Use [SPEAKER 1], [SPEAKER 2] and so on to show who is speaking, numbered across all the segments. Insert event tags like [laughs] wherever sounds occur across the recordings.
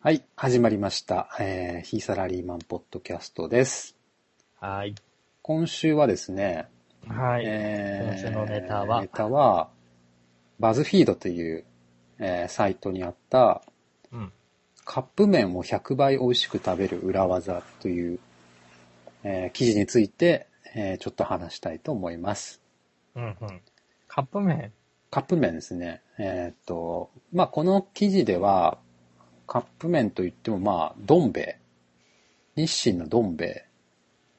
[SPEAKER 1] はい、始まりました。えー、非サラリーマンポッドキャストです。
[SPEAKER 2] はい。
[SPEAKER 1] 今週はですね、
[SPEAKER 2] はい。
[SPEAKER 1] え
[SPEAKER 2] 今週のネタは
[SPEAKER 1] ネタは、バズフィードという、えーサイトにあった、
[SPEAKER 2] うん。
[SPEAKER 1] カップ麺を100倍美味しく食べる裏技という、えー記事について、えーちょっと話したいと思います。
[SPEAKER 2] うんうん。カップ麺。
[SPEAKER 1] カップ麺ですね。えーっと、まあ、この記事では、カップ麺といっても、まあ、どん兵衛。日清のどん兵衛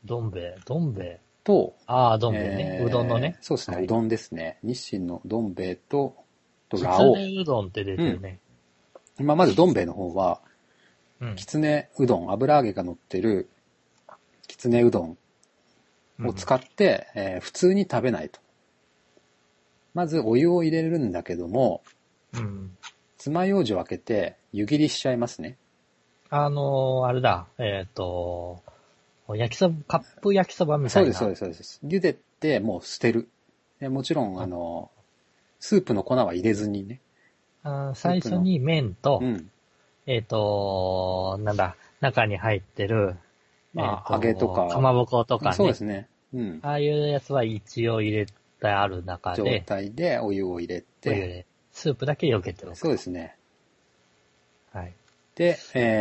[SPEAKER 2] どん兵衛。どん兵衛。
[SPEAKER 1] と、
[SPEAKER 2] ああ、どん兵衛ね、
[SPEAKER 1] えー
[SPEAKER 2] うどんのね。
[SPEAKER 1] そうですね、
[SPEAKER 2] はいう
[SPEAKER 1] どんですね。日清のどん兵衛と、と、
[SPEAKER 2] きつ
[SPEAKER 1] ラオウ。
[SPEAKER 2] ねうどんって出てるね。
[SPEAKER 1] まあ、まずどん兵衛の方は、
[SPEAKER 2] うん
[SPEAKER 1] き。つねうどん、油揚げが乗ってる、きつねうどんを使って、えー普通に食べないと。まずお湯を入れるんだけども、
[SPEAKER 2] うん。
[SPEAKER 1] 爪楊枝を開けて湯切りしちゃいますね。
[SPEAKER 2] あのー、あれだ。えっ、と、焼きそば、カップ焼きそばみた
[SPEAKER 1] そ
[SPEAKER 2] いうな。。
[SPEAKER 1] です、そうですす、そうです。茹でてもう捨てる。でもちろん、あの、スープの粉は入れずにね。
[SPEAKER 2] あー最初に麺と、
[SPEAKER 1] うん。
[SPEAKER 2] えっ、と、なんだ、中に入ってる、
[SPEAKER 1] まあ
[SPEAKER 2] えー
[SPEAKER 1] 揚げとか
[SPEAKER 2] かまぼことかね。
[SPEAKER 1] そうですね。うん。
[SPEAKER 2] ああいうやつは一応入れてある中
[SPEAKER 1] 状
[SPEAKER 2] で、
[SPEAKER 1] 態でお湯を入れ
[SPEAKER 2] お湯
[SPEAKER 1] て、
[SPEAKER 2] でスープだけ避けておく。
[SPEAKER 1] そうですね。
[SPEAKER 2] はい。
[SPEAKER 1] で、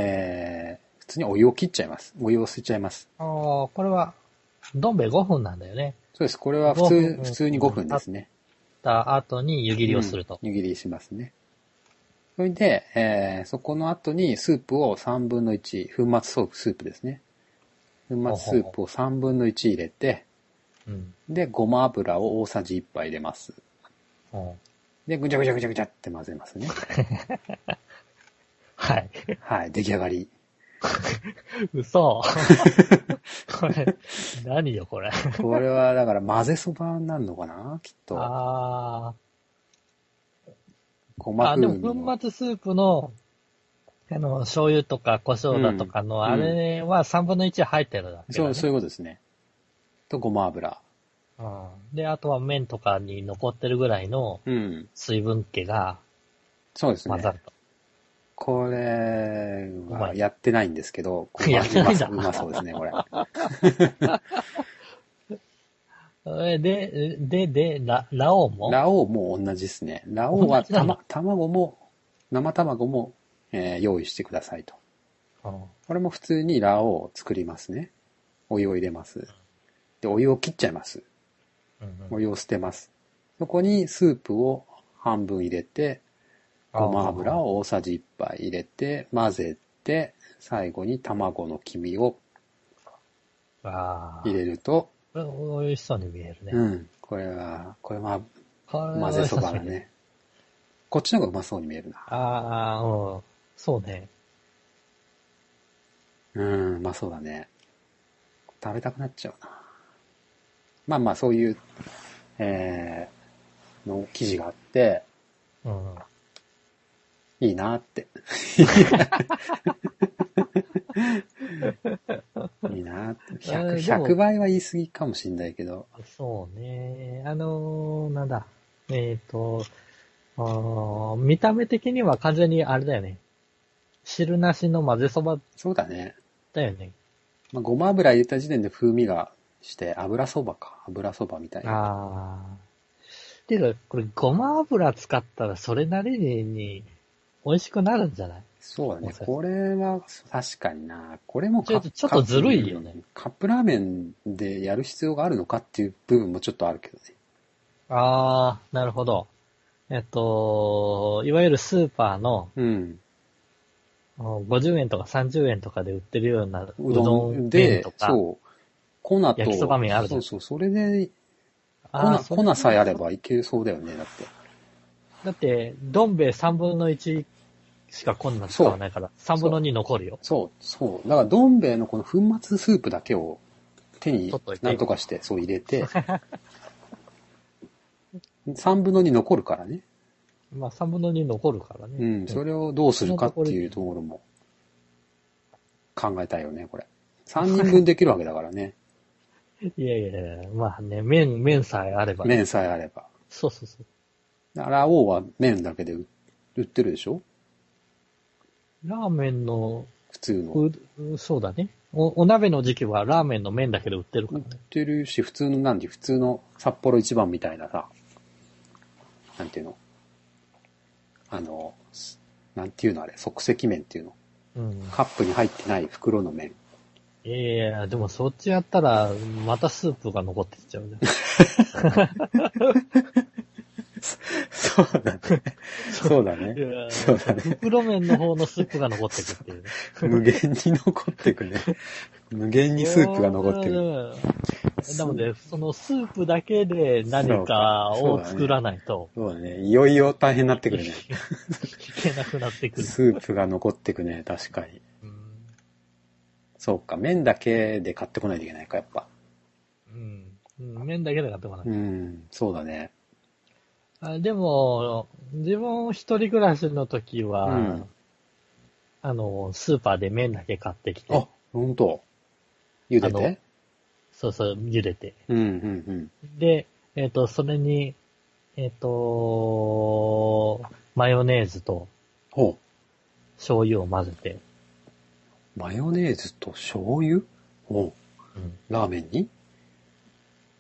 [SPEAKER 1] えー、普通にお湯を切っちゃいます。お湯を捨てちゃいます。
[SPEAKER 2] ああ、これは、どん兵衛5分なんだよね。
[SPEAKER 1] そうです。これは普
[SPEAKER 2] 五
[SPEAKER 1] 通、
[SPEAKER 2] 分
[SPEAKER 1] 普通に5分ですね。
[SPEAKER 2] た後に湯切りをすると。
[SPEAKER 1] うん湯切りしますね。それで、えー、そこの後にスープを3分の1、粉末ソープ、スープですね。粉末スープを3分の1入れて、
[SPEAKER 2] うん。
[SPEAKER 1] で、ごま油を大さじ1杯入れます。
[SPEAKER 2] うん
[SPEAKER 1] で、ぐちゃぐちゃぐちゃぐちゃって混ぜますね。
[SPEAKER 2] はい。 [laughs]
[SPEAKER 1] はい、出来上がり。
[SPEAKER 2] 嘘。これ、何よ、これ。
[SPEAKER 1] これは、だから混ぜそばになるのかなきっと。
[SPEAKER 2] あ
[SPEAKER 1] ご
[SPEAKER 2] ー
[SPEAKER 1] ま
[SPEAKER 2] あ。で
[SPEAKER 1] 風味の。
[SPEAKER 2] も、粉末スープの、あの、醤油とか胡椒だとか
[SPEAKER 1] う
[SPEAKER 2] の、
[SPEAKER 1] ん
[SPEAKER 2] あれは3分の1入ってるだけだ、
[SPEAKER 1] そ
[SPEAKER 2] ね。
[SPEAKER 1] う、そういうことですね。と、ごま油。
[SPEAKER 2] うん。で、あとは麺とかに残ってるぐらいの
[SPEAKER 1] うん。
[SPEAKER 2] 水分気が
[SPEAKER 1] そうです
[SPEAKER 2] 混ざ
[SPEAKER 1] ね。
[SPEAKER 2] ると。
[SPEAKER 1] これ
[SPEAKER 2] うま
[SPEAKER 1] は、
[SPEAKER 2] い
[SPEAKER 1] やってないんですけど、こ
[SPEAKER 2] [laughs] やってないんだ
[SPEAKER 1] うまそうですね、
[SPEAKER 2] [laughs]
[SPEAKER 1] これ。
[SPEAKER 2] えで、で、で、ラ、ラオウも
[SPEAKER 1] ラオウも同じですね。ラオウは
[SPEAKER 2] 同じな
[SPEAKER 1] た
[SPEAKER 2] んだ
[SPEAKER 1] ま、卵も、生卵も、えー用意してくださいと。
[SPEAKER 2] うん
[SPEAKER 1] これも普通にラオウを作りますね。お湯を入れます。で、お湯を切っちゃいます。
[SPEAKER 2] うんう
[SPEAKER 1] お
[SPEAKER 2] ん
[SPEAKER 1] 湯を捨てます。そこにスープを半分入れて、ごま油を大さじ1杯入れて、混ぜて、最後に卵の黄身を
[SPEAKER 2] あー
[SPEAKER 1] 入れると、
[SPEAKER 2] これ美味しそうに見えるね。
[SPEAKER 1] うん、これは、これは
[SPEAKER 2] これ
[SPEAKER 1] 混ぜそばだ。ね。こっちの方がうまそうに見えるな。
[SPEAKER 2] [laughs] ああ、うん。そうね。
[SPEAKER 1] うん、うまそうだね。食べたくなっちゃうな。まあまあ、そういう、えー、の記事があって、
[SPEAKER 2] うん。
[SPEAKER 1] いいな
[SPEAKER 2] [laughs]
[SPEAKER 1] って。いい
[SPEAKER 2] [laughs]
[SPEAKER 1] なって。100,
[SPEAKER 2] えーでも
[SPEAKER 1] 100倍は言い過ぎかもしんないけど。
[SPEAKER 2] そうね。あのー、なんだ。えっ、とあー、見た目的には完全にあれだよね。汁なしの混ぜそば
[SPEAKER 1] そうだね。
[SPEAKER 2] だよね。
[SPEAKER 1] まあ、ごま油入れた時点で風味がして、油そばか。油そばみたいな。
[SPEAKER 2] ああ。てか、これごま油使ったらそれなりに美味しくなるんじゃない
[SPEAKER 1] そうだね。
[SPEAKER 2] そう
[SPEAKER 1] これは確かにな。これもカッ
[SPEAKER 2] ちょちょっとずるいよね。
[SPEAKER 1] カップラーメンでやる必要があるのかっていう部分もちょっとあるけどね。
[SPEAKER 2] ああ、なるほど。えっと、いわゆるスーパーの
[SPEAKER 1] うん。
[SPEAKER 2] 50円とか30円とかで売ってるようなう
[SPEAKER 1] う
[SPEAKER 2] ど
[SPEAKER 1] ど
[SPEAKER 2] ん
[SPEAKER 1] ん
[SPEAKER 2] 麺
[SPEAKER 1] で
[SPEAKER 2] と、か。
[SPEAKER 1] そう。粉と、
[SPEAKER 2] 焼きそば麺あるじ
[SPEAKER 1] そう
[SPEAKER 2] ゃ
[SPEAKER 1] んそう。それで
[SPEAKER 2] あー
[SPEAKER 1] 粉、粉さえあれ。
[SPEAKER 2] そ
[SPEAKER 1] ばいけそうだよね、だって。
[SPEAKER 2] うだって、どん兵衛3分の1しかこんなん使わないから、3分の2残るよ。
[SPEAKER 1] そう、そう。だから、どん兵衛のこの粉末スープだけを手に
[SPEAKER 2] 取っといて
[SPEAKER 1] なんとかして、そう入れて、3分の2残るからね。
[SPEAKER 2] まあ3分の2残るからね。
[SPEAKER 1] うん、そ
[SPEAKER 2] れ。
[SPEAKER 1] れをどうするかっていうところも考えたいよね、これ。3人分できるわけだからね。
[SPEAKER 2] いやいやいや、まあね、麺、麺さえあれば。。
[SPEAKER 1] 麺さえあれば。
[SPEAKER 2] そうそうそう。
[SPEAKER 1] だから、王は麺だけで売売ってるでしょ
[SPEAKER 2] ラーメンの、
[SPEAKER 1] 普通の。売
[SPEAKER 2] うそうだねお。お鍋の時期はラーメンの麺だけで売ってるから
[SPEAKER 1] っ
[SPEAKER 2] ね。
[SPEAKER 1] てるし、普通の、なんて普通の札幌一番みたいなさ、なんていうのあの、すなんていうのあれ、即席麺っていうの。
[SPEAKER 2] うん。
[SPEAKER 1] カップに入ってない袋の麺。
[SPEAKER 2] いやいや、でもそっちやったら、またスープが残ってきちゃうじゃん。
[SPEAKER 1] そうだね。そうだね。
[SPEAKER 2] い
[SPEAKER 1] [laughs]
[SPEAKER 2] や
[SPEAKER 1] そうだね。
[SPEAKER 2] 袋麺の方のスープが残ってくっていうね。
[SPEAKER 1] 無限に残ってくね。無限にスープが残ってる。
[SPEAKER 2] うんなので、そのスープだけで何かを作らないと
[SPEAKER 1] そうだね。いよいよ大変になって
[SPEAKER 2] い
[SPEAKER 1] くるね。
[SPEAKER 2] けなくなってくる。
[SPEAKER 1] スープが残ってくね、確かに。
[SPEAKER 2] うん
[SPEAKER 1] そうか、麺だけで買ってこないといけないか、やっぱ。
[SPEAKER 2] うんうん麺だけで買ってこな
[SPEAKER 1] う
[SPEAKER 2] い。
[SPEAKER 1] ん、そうだね。
[SPEAKER 2] あでも、自分一人暮らしの時は、
[SPEAKER 1] うん
[SPEAKER 2] あの、スーパーで麺だけ買ってき
[SPEAKER 1] あ
[SPEAKER 2] て、、
[SPEAKER 1] ほんと。茹で
[SPEAKER 2] あの
[SPEAKER 1] て
[SPEAKER 2] そうそう、茹でて。
[SPEAKER 1] うん、うん、
[SPEAKER 2] で、えっ、と、それに、えっ、と、マヨネーズと
[SPEAKER 1] うん。ほ
[SPEAKER 2] 醤油を混ぜて、
[SPEAKER 1] う。マヨネーズと醤油ほう。
[SPEAKER 2] うん
[SPEAKER 1] ラーメンに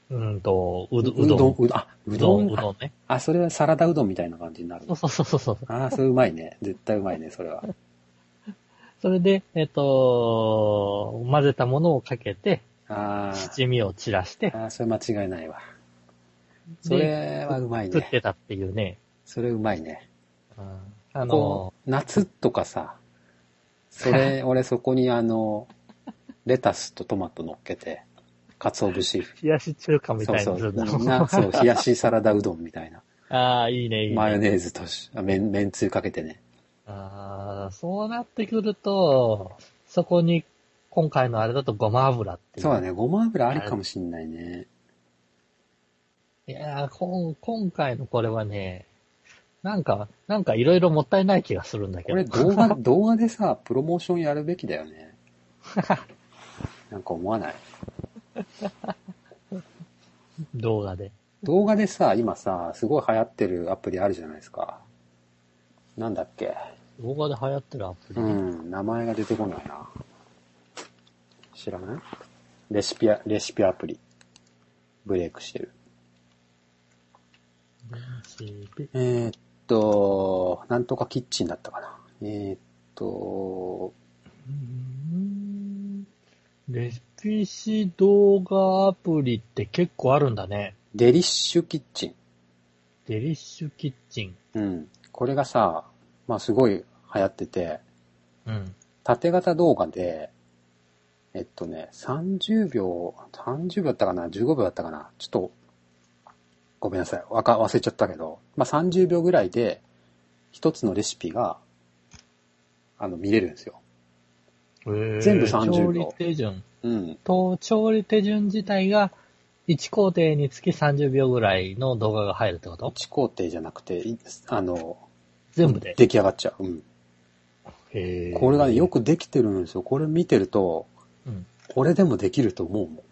[SPEAKER 2] うんと、う
[SPEAKER 1] う
[SPEAKER 2] どうどん。
[SPEAKER 1] うどん、あ、う
[SPEAKER 2] う
[SPEAKER 1] ど
[SPEAKER 2] どん、
[SPEAKER 1] ん
[SPEAKER 2] うどんね。
[SPEAKER 1] あ、それはサラダうどんみたいな感じになる
[SPEAKER 2] そう。そうそうそう。
[SPEAKER 1] ああ、それうまいね。絶対うまいね、それは。
[SPEAKER 2] それで、えっ、と、混ぜたものをかけて、
[SPEAKER 1] あー
[SPEAKER 2] 七味を散らして、
[SPEAKER 1] あー、それ間違いないわ。そ
[SPEAKER 2] で、
[SPEAKER 1] れはうまい
[SPEAKER 2] 食っ
[SPEAKER 1] ね。
[SPEAKER 2] てたっていうね。
[SPEAKER 1] それうまいね。
[SPEAKER 2] うんあの
[SPEAKER 1] こ、う、夏とかさ、そ
[SPEAKER 2] [laughs]
[SPEAKER 1] れ、俺そこにあの、レタスとトマト乗っけて、鰹節。
[SPEAKER 2] 冷やし中華み
[SPEAKER 1] そう
[SPEAKER 2] たい
[SPEAKER 1] そ
[SPEAKER 2] にする
[SPEAKER 1] う。
[SPEAKER 2] んだろ
[SPEAKER 1] なそう、冷やしサラダうどんみたいな。
[SPEAKER 2] [laughs] ああ、いいね、いいね。
[SPEAKER 1] マヨネーズとし、あめん、めんつゆかけてね。
[SPEAKER 2] ああ、そうなってくると、そこに、今回のあれだとごま油っていう。
[SPEAKER 1] そうだね、ごま油ありかもしんないね。
[SPEAKER 2] いやーこん、今回のこれはね、なんか、なんかいろいろもったいない気がするんだ
[SPEAKER 1] こ
[SPEAKER 2] けど。
[SPEAKER 1] れ動画、動画でさ、プロモーションやるべきだよね。 [laughs] なんか思わない
[SPEAKER 2] 動画で。
[SPEAKER 1] 動画でさ、今さ、すごい流行ってるアプリあるじゃないですか。なんだっけ
[SPEAKER 2] 動画で流行ってるアプリ。
[SPEAKER 1] うん、名前が出てこないな。知らないレシピア、レシピアプリ。ブレイクしてる。えーっと、なんとかキッチンだったかな。えーっと、
[SPEAKER 2] うんレシピ動画アプリって結構あるんだね。
[SPEAKER 1] デリッシュキッチン。
[SPEAKER 2] デリッシュキッチン。
[SPEAKER 1] うん。これがさ、まあすごい流行ってて、
[SPEAKER 2] うん。
[SPEAKER 1] 縦型動画で、えっとね、30秒、30秒だったかな ?15 秒だったかなちょっと、ごめんなさい。わか、忘れちゃったけど、まあ、30秒ぐらいで、一つのレシピが、あの、見れるんですよ。全部30秒
[SPEAKER 2] 調理手順
[SPEAKER 1] うん。
[SPEAKER 2] と、調理手順自体が1工程につき30秒ぐらいの動画が入るってこと
[SPEAKER 1] 1工程じゃなくて、いあの、
[SPEAKER 2] 全部で。
[SPEAKER 1] 出来上がっちゃう。うん。
[SPEAKER 2] へー
[SPEAKER 1] これがね、よ。くできてるんですよ。これ見てると、
[SPEAKER 2] うん。
[SPEAKER 1] これでもできると思うも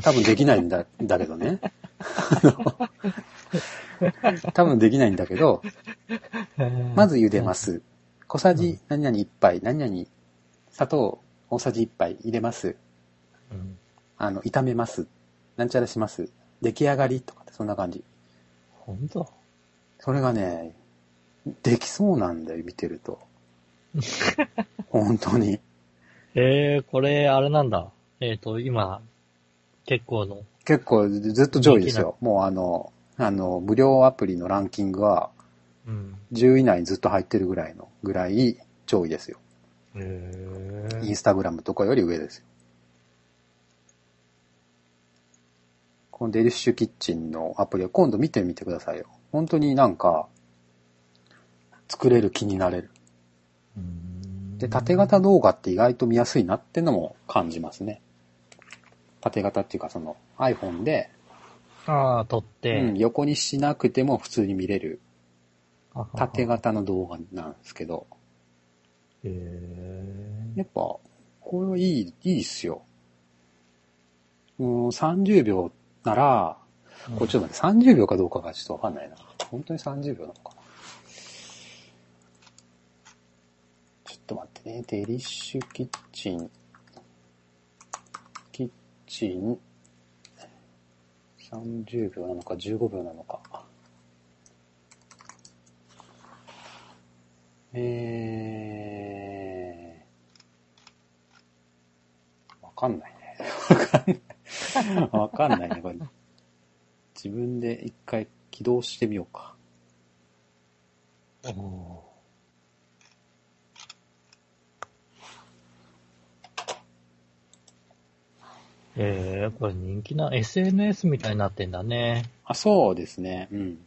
[SPEAKER 1] ん。多分できないんだ、だけどね。 [laughs] あの多分できないんだけど、まず茹でますす。小さじ何々一杯、何々、砂糖大さじ一杯入れます。
[SPEAKER 2] うん
[SPEAKER 1] あの、炒めます。なんちゃらします。出来上がりとかってそんな感じ。
[SPEAKER 2] ほんと
[SPEAKER 1] それがね、できそうなんだよ、見てる
[SPEAKER 2] [laughs]
[SPEAKER 1] と。本当に。
[SPEAKER 2] えー、これ、あれなんだ。えっ、と、今、結構の。
[SPEAKER 1] 結構ずっと上位ですよ。もうあの、あの、無料アプリのランキングは
[SPEAKER 2] うん。
[SPEAKER 1] 10位以内にずっと入ってるぐらいの、ぐらい上位ですよ。
[SPEAKER 2] へー
[SPEAKER 1] インスタグラムとかより上ですよ。このデリッシュキッチンのアプリを今度見てみてくださいよ。本当になんか、作れる気になれる。で、縦型動画って意外と見やすいなってのも感じますね。縦型っていうかその iPhone で、
[SPEAKER 2] ああ、撮っ
[SPEAKER 1] うん、
[SPEAKER 2] て、
[SPEAKER 1] 横にしなくても普通に見れる
[SPEAKER 2] あ
[SPEAKER 1] 縦。型の動画なんですけど、
[SPEAKER 2] へー
[SPEAKER 1] やっぱ、これはいい、いいっすよ。うん、30秒なら、これちょっと待って、30秒かどうかがちょっとわかんないな。本当に30秒なのかな。ちょっと待ってね。デリッシュキッチン。キッチン。30秒なのか15秒なのか。えー。 [laughs] わかんないね。わかんない。わかんないね、これ。自分で一回起動してみようか。
[SPEAKER 2] えー、これ人気な、SNS みたいになってんだね。
[SPEAKER 1] あ、そうですね。うん。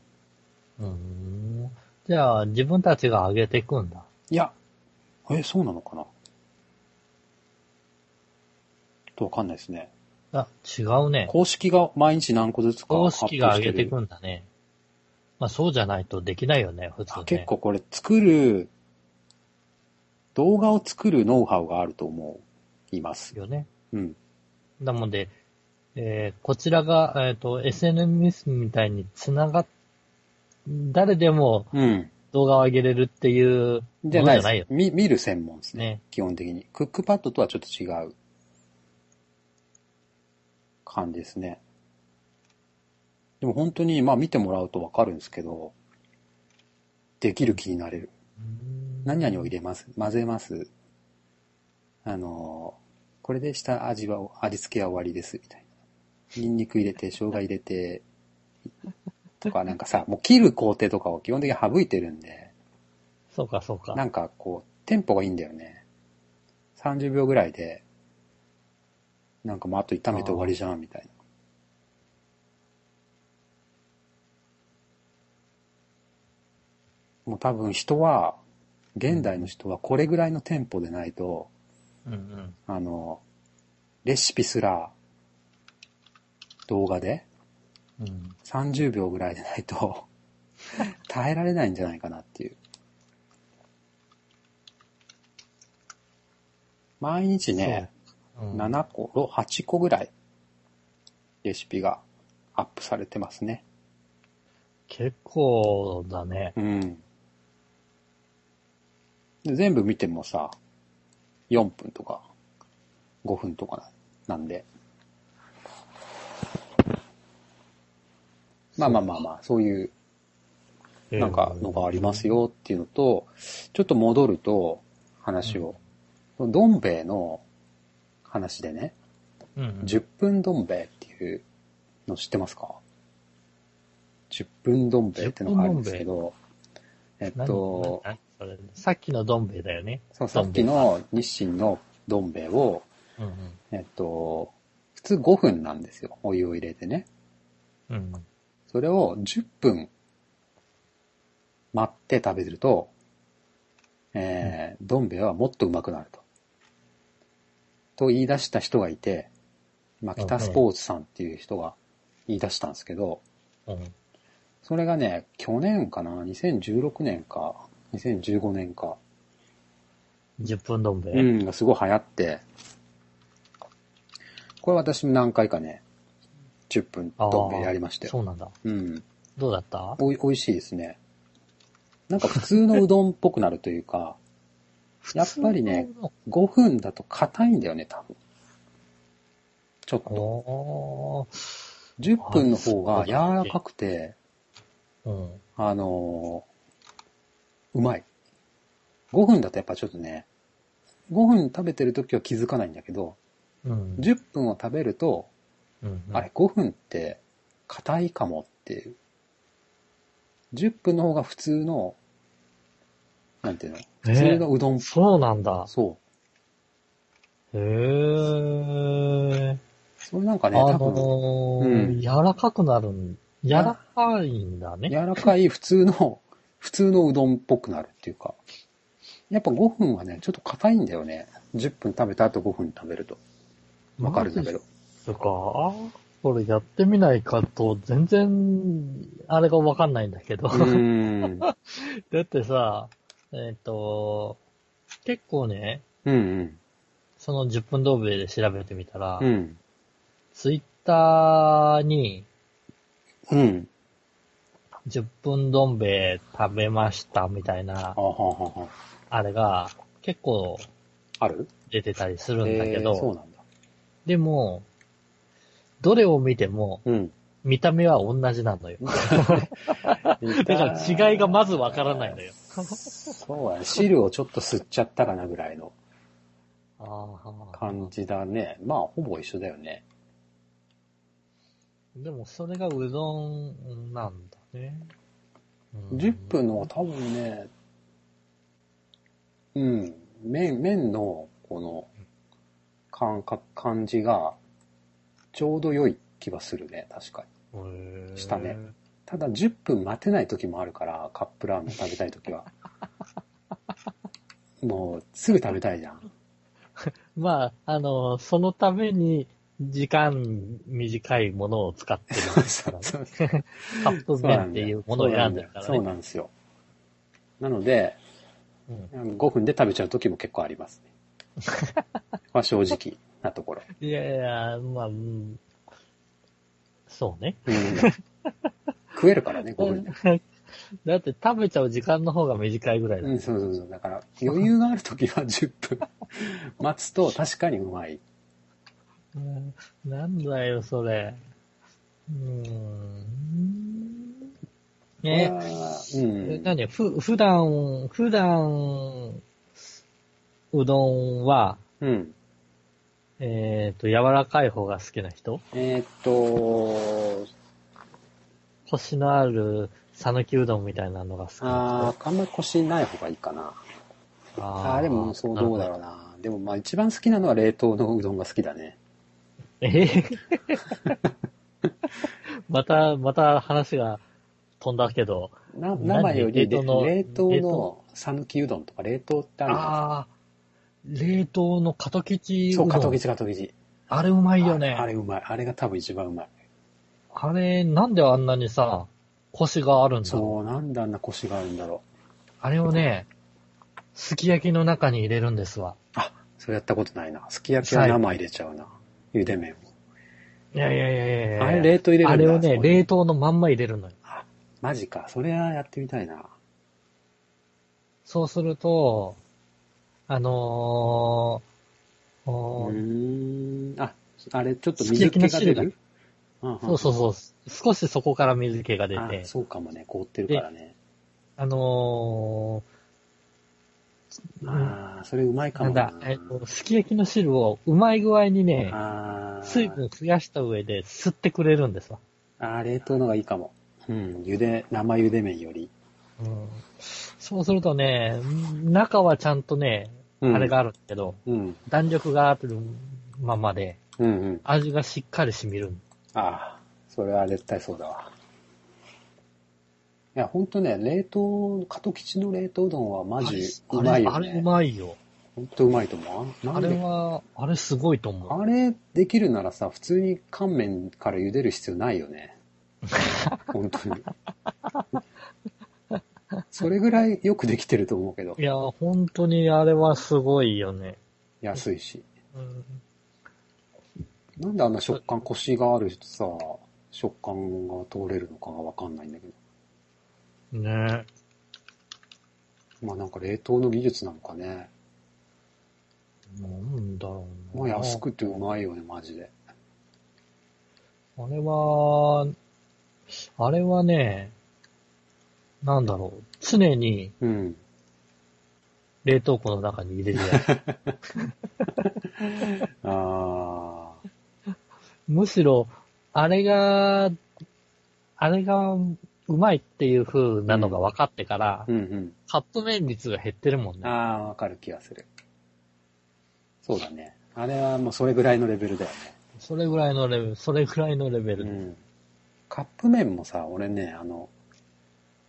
[SPEAKER 2] うーん。じゃあ、自分たちが上げていくんだ。
[SPEAKER 1] いや、え、そうなのかなちょっとわかんないですね。
[SPEAKER 2] あ、違うね。
[SPEAKER 1] 公式が毎日何個ずつか
[SPEAKER 2] 公式が上げてい
[SPEAKER 1] 発
[SPEAKER 2] くんだね。まあ、そうじゃないとできないよね、普通
[SPEAKER 1] 表してる
[SPEAKER 2] ね。
[SPEAKER 1] 結構これ作る、動画を作るノウハウがあると思います。
[SPEAKER 2] よね。
[SPEAKER 1] うん。
[SPEAKER 2] なので、えーこちらが、えっ、と、SNS みたいに繋がっ、誰でも
[SPEAKER 1] うん。
[SPEAKER 2] 動画を上げれるっていうもの
[SPEAKER 1] じ
[SPEAKER 2] じ
[SPEAKER 1] ゃ
[SPEAKER 2] ゃ
[SPEAKER 1] な
[SPEAKER 2] ないい
[SPEAKER 1] です
[SPEAKER 2] よ
[SPEAKER 1] 見見る専門ですね。
[SPEAKER 2] ね。
[SPEAKER 1] 基本的に。クックパッドとはちょっと違う感じですね。でも本当に、まあ見てもらうとわかるんですけど、できる気になれる。何々を入れます。混ぜます。あのー、これで下味は、味付けは終わりです、みたいな。ニンニク入れて、生姜入れて、とかなんかさ、もう切る工程とかを基本的に省いてるんで、
[SPEAKER 2] そうか、そうか。
[SPEAKER 1] なんかこう、テンポがいいんだよね。30秒ぐらいで、なんかもうあと炒めて終わりじゃん、みたいな。もう多分人は、現代の人はこれぐらいのテンポでないと、
[SPEAKER 2] うんうん。
[SPEAKER 1] あの、レシピすら、動画で
[SPEAKER 2] うん、
[SPEAKER 1] 30秒ぐらいでない
[SPEAKER 2] [laughs]
[SPEAKER 1] と、耐えられないんじゃないかなっていう。毎日ね、
[SPEAKER 2] そう。うん、
[SPEAKER 1] 7個、ろ8個ぐらい、レシピがアップされてますね。
[SPEAKER 2] 結構だね。
[SPEAKER 1] うん。で全部見てもさ、4分とか、5分とかななんで。まあまあまあまあ、そういうなんかのがあります
[SPEAKER 2] よ。
[SPEAKER 1] よっていうのと、ちょっと戻ると話を、どん兵衛の話でね、
[SPEAKER 2] うんうん、
[SPEAKER 1] 10分どん兵衛っていうの知ってますか ?10 分どん兵衛ってのがあるんですけど、えっ
[SPEAKER 2] 何
[SPEAKER 1] と、
[SPEAKER 2] 何それさっきのどん兵衛だよね。
[SPEAKER 1] そうさっきの日清のどん兵衛を、
[SPEAKER 2] うんうん。
[SPEAKER 1] えっと、普通5分なんですよ。お湯を入れてね。
[SPEAKER 2] うん
[SPEAKER 1] それを10分待って食べると、えー、どん兵衛はもっとうまくなると。と言い出した人がいて、まあ、
[SPEAKER 2] うん
[SPEAKER 1] 北スポーツさんっていう人が言い出したんですけど、
[SPEAKER 2] うん。うん。
[SPEAKER 1] それがね、去年かな、2016年か、2015年か、
[SPEAKER 2] 10分どん兵衛。
[SPEAKER 1] うん、がすごい流行って、これ私も何回かね、10分
[SPEAKER 2] あー
[SPEAKER 1] どん兵衛やりましたよ。
[SPEAKER 2] そうなんだ。
[SPEAKER 1] うん。
[SPEAKER 2] どうだった
[SPEAKER 1] おい、美味しいですね。なんか普通のうどんっぽくなるというか、やっぱりね。5分だと硬いんだよね、多分。ちょっと。
[SPEAKER 2] おー。
[SPEAKER 1] 10分の方
[SPEAKER 2] あ
[SPEAKER 1] が
[SPEAKER 2] そう
[SPEAKER 1] 柔
[SPEAKER 2] だ
[SPEAKER 1] らかくて、
[SPEAKER 2] うん。
[SPEAKER 1] あのーうまい。5分だとやっぱちょっとね、5分食べてるときは気づかないんだけど、
[SPEAKER 2] うん。
[SPEAKER 1] 10分を食べると、
[SPEAKER 2] うんうん
[SPEAKER 1] あれ5分って硬いかもっていう。10分の方が普通の、なんていうの普通のうどんっぽい
[SPEAKER 2] そうなんだ。
[SPEAKER 1] そう。
[SPEAKER 2] へー。
[SPEAKER 1] それなんか
[SPEAKER 2] あ
[SPEAKER 1] ね、多分、
[SPEAKER 2] の
[SPEAKER 1] うん
[SPEAKER 2] ー、柔らかくなるん、柔らかいんだね。
[SPEAKER 1] 柔らかい普通の、 [laughs] 普通のうどんっぽくなるっていうか。やっぱ5分はね、ちょっと硬いんだよね。10分食べた後5分食べると。わかるんだけど。
[SPEAKER 2] そっか、これやってみないかと、全然、あれがわかんないんだけど
[SPEAKER 1] う。ーん。
[SPEAKER 2] [laughs] だってさ、えっ、と、結構ね、
[SPEAKER 1] うんうん。
[SPEAKER 2] その10分動画で調べてみたら、
[SPEAKER 1] うん。
[SPEAKER 2] ツイッターに
[SPEAKER 1] うん。
[SPEAKER 2] 10分どん兵衛食べましたみたいな
[SPEAKER 1] あははは。
[SPEAKER 2] あれが結構
[SPEAKER 1] ある
[SPEAKER 2] 出てたりするんだけ
[SPEAKER 1] えーそう
[SPEAKER 2] ど、
[SPEAKER 1] なんだ。
[SPEAKER 2] でも、どれを見ても
[SPEAKER 1] うん。
[SPEAKER 2] 見た目は同じな
[SPEAKER 1] [laughs]
[SPEAKER 2] のよ。
[SPEAKER 1] だ
[SPEAKER 2] [laughs] だから違いがまずわからないのよ。
[SPEAKER 1] そうやね、汁をちょっと吸っちゃったかなぐらいの
[SPEAKER 2] あー
[SPEAKER 1] 感じだね。まあ、ほぼ一緒だよね。
[SPEAKER 2] でもそれがうどんなんだね。うん
[SPEAKER 1] 10分の多分ね、うん、麺、麺のこの感覚、感じがちょうど良い気はするね、確かに。
[SPEAKER 2] へー
[SPEAKER 1] したねただ10分待てない時もあるから、カップラーメン食べたい時は。もう、すぐ食べたいじゃん。
[SPEAKER 2] まあ、あの、そのために、時間短いものを使ってるんですから
[SPEAKER 1] [laughs]
[SPEAKER 2] ね。
[SPEAKER 1] そう
[SPEAKER 2] カップ麺っていうものを選んでるから
[SPEAKER 1] そう
[SPEAKER 2] ね。
[SPEAKER 1] なんですよ。なので、
[SPEAKER 2] うん
[SPEAKER 1] 5分で食べちゃう時も結構ありますね。まあ正直なところ。
[SPEAKER 2] いやいや、まあ、うんそうね。
[SPEAKER 1] うん食えるからね、5分で。
[SPEAKER 2] [laughs] だって食べちゃう時間の方が短いぐらいだ
[SPEAKER 1] うん、そうそうそう。だから、余裕がある時
[SPEAKER 2] [laughs]
[SPEAKER 1] は10分待つと確かにうまい。
[SPEAKER 2] うんなんだよ、それ。うーん。ね
[SPEAKER 1] え。う
[SPEAKER 2] え、
[SPEAKER 1] ん。
[SPEAKER 2] 何ふ、普段、普段、うどんは、
[SPEAKER 1] うん。
[SPEAKER 2] えっ、と、柔らかい方が好きな人
[SPEAKER 1] えーっと、
[SPEAKER 2] コシのある讃岐うどんみたいなのが好きな
[SPEAKER 1] あーあんまり腰ない方がいいかな。
[SPEAKER 2] 人。
[SPEAKER 1] ああー、でもそうどうだろうな。でもまあ一番好きなのは冷凍のうどんが好きだね。
[SPEAKER 2] えへ
[SPEAKER 1] [laughs]
[SPEAKER 2] へまた、また話が飛んだけど。
[SPEAKER 1] な
[SPEAKER 2] 何
[SPEAKER 1] 生より
[SPEAKER 2] 冷凍の
[SPEAKER 1] 冷凍
[SPEAKER 2] 冷
[SPEAKER 1] の讃岐うどんとか冷凍ってあるじゃない
[SPEAKER 2] ああ、冷凍のカトキチ
[SPEAKER 1] です
[SPEAKER 2] う
[SPEAKER 1] か。そう、カ
[SPEAKER 2] どん。
[SPEAKER 1] トギチカトギチ。
[SPEAKER 2] あれうまいよね。
[SPEAKER 1] あ
[SPEAKER 2] あ
[SPEAKER 1] れ
[SPEAKER 2] れ、
[SPEAKER 1] うまい。あれが多分一番うまい。
[SPEAKER 2] なんであんなにさ、コシがあるんだろう。
[SPEAKER 1] そう、なんであんな腰があるんだろ
[SPEAKER 2] あれをね、すき焼きの中に入れるんですわ。
[SPEAKER 1] う。それやったことないな。すき焼きは生入れちゃうな。茹で麺を。
[SPEAKER 2] いやいやいやいやいや
[SPEAKER 1] あれ冷凍入れるんだ
[SPEAKER 2] あれをね、
[SPEAKER 1] そこに
[SPEAKER 2] 冷凍のまんま入れるのよ。
[SPEAKER 1] マジか。それはやってみたいな。
[SPEAKER 2] そうすると、あのー
[SPEAKER 1] う
[SPEAKER 2] おー
[SPEAKER 1] ーん。あ、あれちょっと
[SPEAKER 2] すき
[SPEAKER 1] 水
[SPEAKER 2] 焼き
[SPEAKER 1] 気
[SPEAKER 2] の
[SPEAKER 1] が
[SPEAKER 2] 汁
[SPEAKER 1] 出
[SPEAKER 2] が
[SPEAKER 1] るうんん
[SPEAKER 2] そうそうそう、少しそこから水気が出
[SPEAKER 1] あ
[SPEAKER 2] て、
[SPEAKER 1] そうかもね。凍ってるからね。
[SPEAKER 2] あのーうん
[SPEAKER 1] ああ、それうまいか
[SPEAKER 2] な
[SPEAKER 1] も
[SPEAKER 2] んだ、えっと、すき焼きの汁をうまい具合にね、
[SPEAKER 1] ああ、
[SPEAKER 2] 水分増やした上で吸ってくれるんですわ。
[SPEAKER 1] ああ、冷凍のがいいかも。うん、茹で、生茹で麺より。
[SPEAKER 2] うん、そうするとね、中はちゃんとね、
[SPEAKER 1] うん
[SPEAKER 2] あれがあるんだけど、
[SPEAKER 1] うん、
[SPEAKER 2] 弾力があるままで、
[SPEAKER 1] うん、うん。
[SPEAKER 2] 味がしっかり染みる。
[SPEAKER 1] ああ、それは絶対そうだわ。いや、ほんとね、冷凍、加藤吉の冷凍うどんはマジうまいよ
[SPEAKER 2] あれあれう
[SPEAKER 1] ね。
[SPEAKER 2] まいよ。
[SPEAKER 1] ほんとうまいと思う。な
[SPEAKER 2] あ
[SPEAKER 1] ん
[SPEAKER 2] れ
[SPEAKER 1] で
[SPEAKER 2] は、あれすごいと思う。
[SPEAKER 1] あれできるならさ、普通に乾麺から茹でる必要ないよ
[SPEAKER 2] [laughs]
[SPEAKER 1] ね。本当に。それぐらいよくできてると思うけど
[SPEAKER 2] い、や、本当にあれはすごいよね。
[SPEAKER 1] 安いし。
[SPEAKER 2] うん、
[SPEAKER 1] なんであんな食感、腰があるとさ、食感が通れるのかがわかんないんだけど。
[SPEAKER 2] ね
[SPEAKER 1] まあなんか冷凍の技術なのかね。
[SPEAKER 2] なんだろう
[SPEAKER 1] まあ
[SPEAKER 2] な。
[SPEAKER 1] 安くてうまいよね、マジで。
[SPEAKER 2] あれは、あれはね、なんだろう。常に
[SPEAKER 1] うん。
[SPEAKER 2] 冷凍庫の中に入れるや
[SPEAKER 1] [laughs]
[SPEAKER 2] つ。
[SPEAKER 1] ああ。
[SPEAKER 2] むしろ、あれが、あれがうまいっていう風なのが分かってから、
[SPEAKER 1] うん
[SPEAKER 2] カップ麺率が減ってるもん
[SPEAKER 1] うん。
[SPEAKER 2] ね。
[SPEAKER 1] ああ、わかる気がする。そうだね。あれはもうそれぐらいのレベルだよね。
[SPEAKER 2] それぐらいのレベル、それぐらいのレベル
[SPEAKER 1] う
[SPEAKER 2] で。
[SPEAKER 1] ん。カップ麺もさ、俺ね、あの、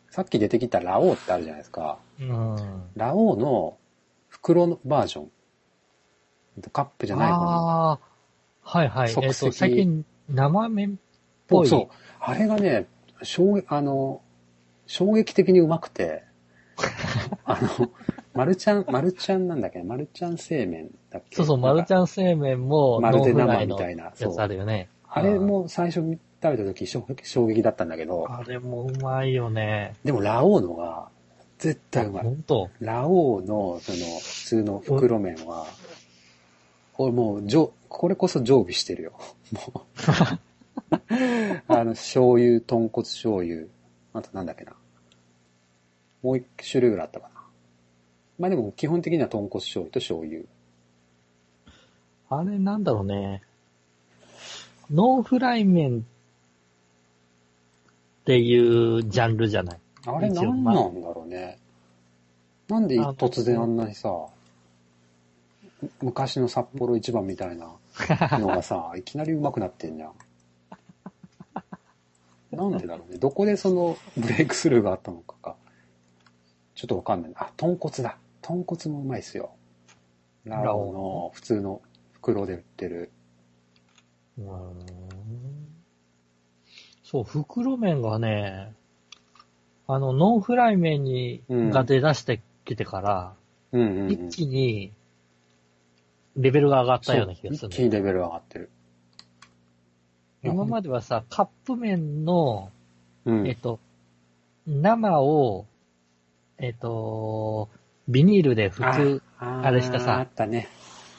[SPEAKER 1] さっき出てきたラオウってあるじゃないですか。
[SPEAKER 2] うん。
[SPEAKER 1] ラオウの袋のバージョン。カップじゃない方の
[SPEAKER 2] ああ、はいはい。
[SPEAKER 1] 即
[SPEAKER 2] えっ、
[SPEAKER 1] 席
[SPEAKER 2] と、最近、生麺、ぽ
[SPEAKER 1] そう
[SPEAKER 2] い
[SPEAKER 1] そう。あれがね、衝撃、あの、衝撃的にうまくて、
[SPEAKER 2] [laughs]
[SPEAKER 1] あの、マルちゃん、マルちゃんなんだっけマルちゃん製麺だっけ
[SPEAKER 2] そうそう、マル
[SPEAKER 1] ん
[SPEAKER 2] ち
[SPEAKER 1] か。
[SPEAKER 2] ゃん製麺も、
[SPEAKER 1] まるで
[SPEAKER 2] ノンフラ
[SPEAKER 1] 生み
[SPEAKER 2] イの
[SPEAKER 1] たいな。そ
[SPEAKER 2] やつあ
[SPEAKER 1] う。
[SPEAKER 2] るよね。
[SPEAKER 1] あれも最初食べた時衝撃衝撃だったんだけど、
[SPEAKER 2] あれもうまいよね。
[SPEAKER 1] でもラオウのが絶対うまい。
[SPEAKER 2] 本当
[SPEAKER 1] ラオウの、その、普通の袋麺は、これもう、じょ、これこそ常備してるよ。 [laughs] もう。あの、醤油、豚骨醤油、あとなんだっけな。もう一種類ぐらいあったかな。まあでも、基本的には豚骨醤油と醤油。
[SPEAKER 2] あれなんだろうね。ノンフライ麺っていうジャンルじゃない。
[SPEAKER 1] あれなんなんだろうね。なんで
[SPEAKER 2] あ
[SPEAKER 1] 突然あんなにさ、む昔の札幌一番みたいなのが
[SPEAKER 2] [laughs]
[SPEAKER 1] さ、いきなり上手くなってんじゃん。なんでだろうね。どこでそのブレイクスルーがあったのかが、ちょっとわかんない。あ、豚骨だ。豚骨もうまいっすよ。ラオウの普通の袋で売ってる。
[SPEAKER 2] うーんそう、袋麺がね、あの、ノンフライ麺に、
[SPEAKER 1] うん
[SPEAKER 2] が出だしてきてから、
[SPEAKER 1] うんうん、うん
[SPEAKER 2] 一。気に、レベルが上がったような気がす
[SPEAKER 1] そう
[SPEAKER 2] る、
[SPEAKER 1] 一気に
[SPEAKER 2] ね。
[SPEAKER 1] レベル上がってる。
[SPEAKER 2] 今まではさ、カップ麺の、
[SPEAKER 1] うん
[SPEAKER 2] えっと、生を、えっと、ビニールで普通、
[SPEAKER 1] あ
[SPEAKER 2] あれしたさ
[SPEAKER 1] あったね。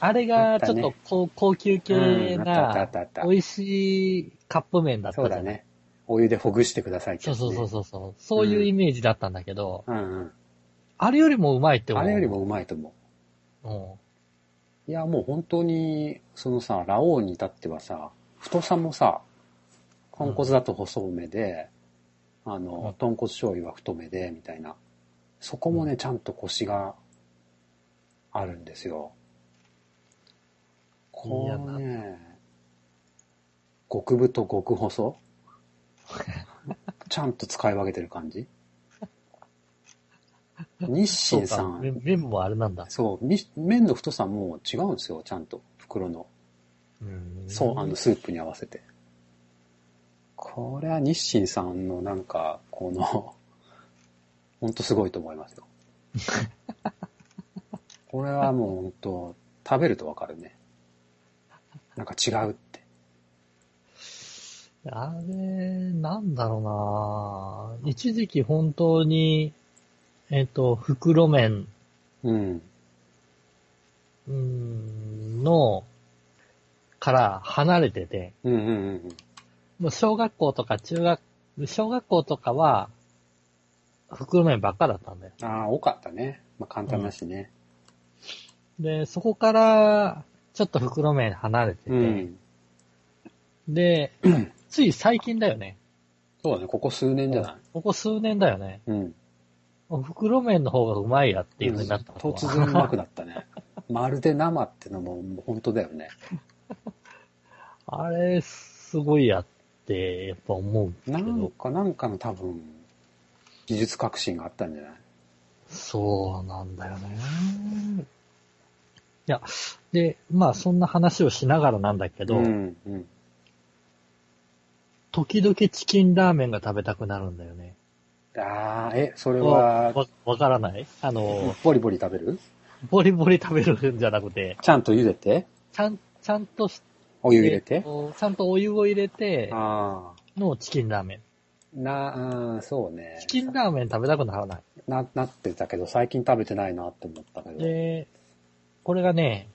[SPEAKER 2] あれ
[SPEAKER 1] あ
[SPEAKER 2] が
[SPEAKER 1] った
[SPEAKER 2] ちょ
[SPEAKER 1] ね
[SPEAKER 2] っと高高級系
[SPEAKER 1] うんあったあっ
[SPEAKER 2] な、
[SPEAKER 1] たあったあっ。
[SPEAKER 2] 美味しいカップ麺だったた
[SPEAKER 1] そう
[SPEAKER 2] じ
[SPEAKER 1] だ
[SPEAKER 2] ゃない。
[SPEAKER 1] ね。お湯でほぐしてくださいって
[SPEAKER 2] そ
[SPEAKER 1] や
[SPEAKER 2] う
[SPEAKER 1] つね
[SPEAKER 2] そうそうそうそう。そういうイメージだったんだけど、
[SPEAKER 1] うんうん。
[SPEAKER 2] あれよりもうまいって思う。
[SPEAKER 1] あれよりもうまいと思
[SPEAKER 2] も。
[SPEAKER 1] う。いや、もう本当に、そのさ、ラオウに至ってはさ、太さもさ、豚骨だと細めで、あ
[SPEAKER 2] うん
[SPEAKER 1] の、豚骨醤油は太めで、みたいな。そこもね、ちゃんとコシがあるんですよ。このね、極太極
[SPEAKER 2] [laughs]
[SPEAKER 1] 細ちゃんと使い分けてる感
[SPEAKER 2] [laughs]
[SPEAKER 1] じ日
[SPEAKER 2] そ
[SPEAKER 1] 清
[SPEAKER 2] うか
[SPEAKER 1] さん、
[SPEAKER 2] 麺麺もあれなんだ。
[SPEAKER 1] そう、み麺の太さも違うんですよ、ちゃんと。袋の。
[SPEAKER 2] うん
[SPEAKER 1] そう、あの、スープに合わせて。これは日清さんのなんか、この、 [laughs] ほんとすごいと思います [laughs] よ。これはもうほんと、食べるとわかるね。なんか違うって。
[SPEAKER 2] あれ、なんだろうな一時期本当に、えっ、と、袋麺、
[SPEAKER 1] うん。
[SPEAKER 2] うんの、から離れてて、
[SPEAKER 1] うんうんうんうん。
[SPEAKER 2] もう小学校とか中学、小学校とかは、袋麺ばっかだったんだよ。
[SPEAKER 1] ああ、多かったね。まあ簡単だしね。
[SPEAKER 2] で、そこから、ちょっと袋麺離れてて、
[SPEAKER 1] うん。 [clears throat]
[SPEAKER 2] で、つい最近だよね。
[SPEAKER 1] そうだね、ここ数年じゃない
[SPEAKER 2] ここ数年だよね。
[SPEAKER 1] うん。
[SPEAKER 2] 袋麺の方がうまいやっていう風になったのは
[SPEAKER 1] 突然うまくなったね。まるで生ってのももう本当だよね。
[SPEAKER 2] [laughs] あれ、すごいやって、やっぱ思うけ
[SPEAKER 1] なん
[SPEAKER 2] ど。
[SPEAKER 1] か、なんかの多分、技術革新があったんじゃない
[SPEAKER 2] そうなんだよね。いや、で、まあそんな話をしながらなんだけど、
[SPEAKER 1] うん、うん。
[SPEAKER 2] 時々チキンラーメンが食べたくなるんだよね。
[SPEAKER 1] あー、え、それ
[SPEAKER 2] わ
[SPEAKER 1] は、
[SPEAKER 2] わからない
[SPEAKER 1] [laughs]
[SPEAKER 2] あの、
[SPEAKER 1] ボリボリ食べる
[SPEAKER 2] ボリボリ食べるんじゃなくて、
[SPEAKER 1] ちゃんと茹でて
[SPEAKER 2] ちゃん、ちゃんとし
[SPEAKER 1] お湯入れて、
[SPEAKER 2] こうちゃんとお湯を入れて
[SPEAKER 1] あ
[SPEAKER 2] のチキンラーメン。
[SPEAKER 1] ー、な、あーそうね。
[SPEAKER 2] チキンラーメン食べたくならない。
[SPEAKER 1] な、なってたけど、最近食べてないなって思ったけど。
[SPEAKER 2] で、これがね、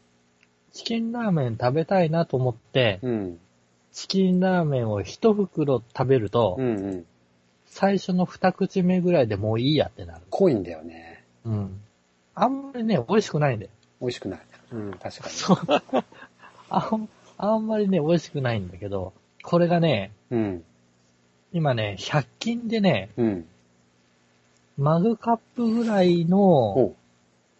[SPEAKER 2] チキンラーメン食べたいなと思って、
[SPEAKER 1] うん、
[SPEAKER 2] チキンラーメンを一袋食べると、
[SPEAKER 1] うん、うん。
[SPEAKER 2] 最初の二口目ぐらいでもういいやってなる。
[SPEAKER 1] 濃いんだよね。
[SPEAKER 2] うん。あんまりね、美味しくないんだよ。
[SPEAKER 1] 美味しくない。うん、確か
[SPEAKER 2] そう。 [laughs] あん、あんまりね、美味しくないんだけど、これがね、
[SPEAKER 1] に。うん、
[SPEAKER 2] 今ね、100均でね、
[SPEAKER 1] うん。
[SPEAKER 2] マグカップぐらい
[SPEAKER 1] お
[SPEAKER 2] の
[SPEAKER 1] う。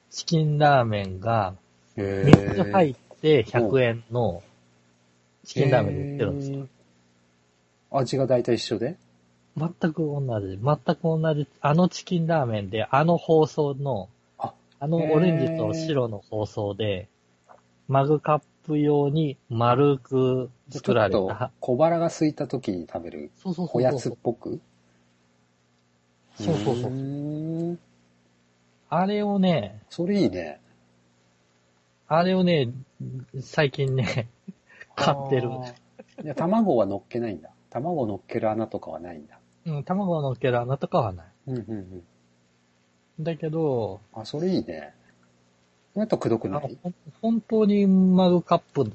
[SPEAKER 2] チキンラーメンが
[SPEAKER 1] え
[SPEAKER 2] 3つ入って100円のチキンラーメンで売ってるんですよ。
[SPEAKER 1] よ。味が大体一緒で
[SPEAKER 2] 全く同じ、全く同じ、あのチキンラーメンで、あの包装の、
[SPEAKER 1] あ
[SPEAKER 2] あのオレンジと白の包装で、マグカップ用に丸く
[SPEAKER 1] ち
[SPEAKER 2] 作
[SPEAKER 1] ょ
[SPEAKER 2] ら
[SPEAKER 1] っ
[SPEAKER 2] れ
[SPEAKER 1] と
[SPEAKER 2] た。
[SPEAKER 1] 小腹が空いた時に食べる
[SPEAKER 2] そうそうそ
[SPEAKER 1] おや
[SPEAKER 2] う
[SPEAKER 1] つ
[SPEAKER 2] そ
[SPEAKER 1] っ
[SPEAKER 2] う。
[SPEAKER 1] ぽく
[SPEAKER 2] そうそうそう
[SPEAKER 1] ーん
[SPEAKER 2] あれをね、
[SPEAKER 1] それいいね。
[SPEAKER 2] あれをね、最近ね、買ってる。
[SPEAKER 1] あー。いや、卵は乗っけないんだ。卵乗っける穴とかはないんだ。
[SPEAKER 2] うん、卵のっける穴とかはない。
[SPEAKER 1] うんうんうん。
[SPEAKER 2] だけど、
[SPEAKER 1] あ、それいいね。それだとくどく
[SPEAKER 2] あの
[SPEAKER 1] ない
[SPEAKER 2] ほん本当にマグカップ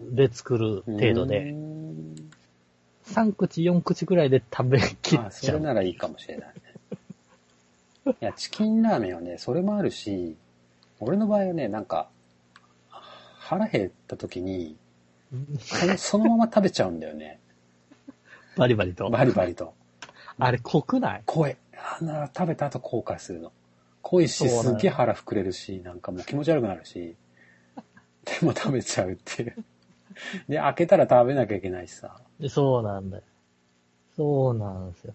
[SPEAKER 2] で作る程度
[SPEAKER 1] うー
[SPEAKER 2] で、
[SPEAKER 1] ん
[SPEAKER 2] 3口4口くらいで食べき
[SPEAKER 1] あ、
[SPEAKER 2] っ
[SPEAKER 1] そ
[SPEAKER 2] ちゃ
[SPEAKER 1] れ
[SPEAKER 2] う。
[SPEAKER 1] ならいいかもしれないね。いや、チキンラーメンはね、それもあるし、俺の場合はね、なんか、腹減った時に、そのそのまま食べちゃうんだよね。
[SPEAKER 2] バリバリと。
[SPEAKER 1] バリバリと。
[SPEAKER 2] あれ濃くない
[SPEAKER 1] 怖い。あんな食べた後後悔するの。濃いし、
[SPEAKER 2] そうなの
[SPEAKER 1] すげえ腹膨れるし、なんかもう気持ち悪くなるし、でも食べちゃうっていう。で、開けたら食べなきゃいけないしさ。
[SPEAKER 2] そうなんだよ。そうなんですよ。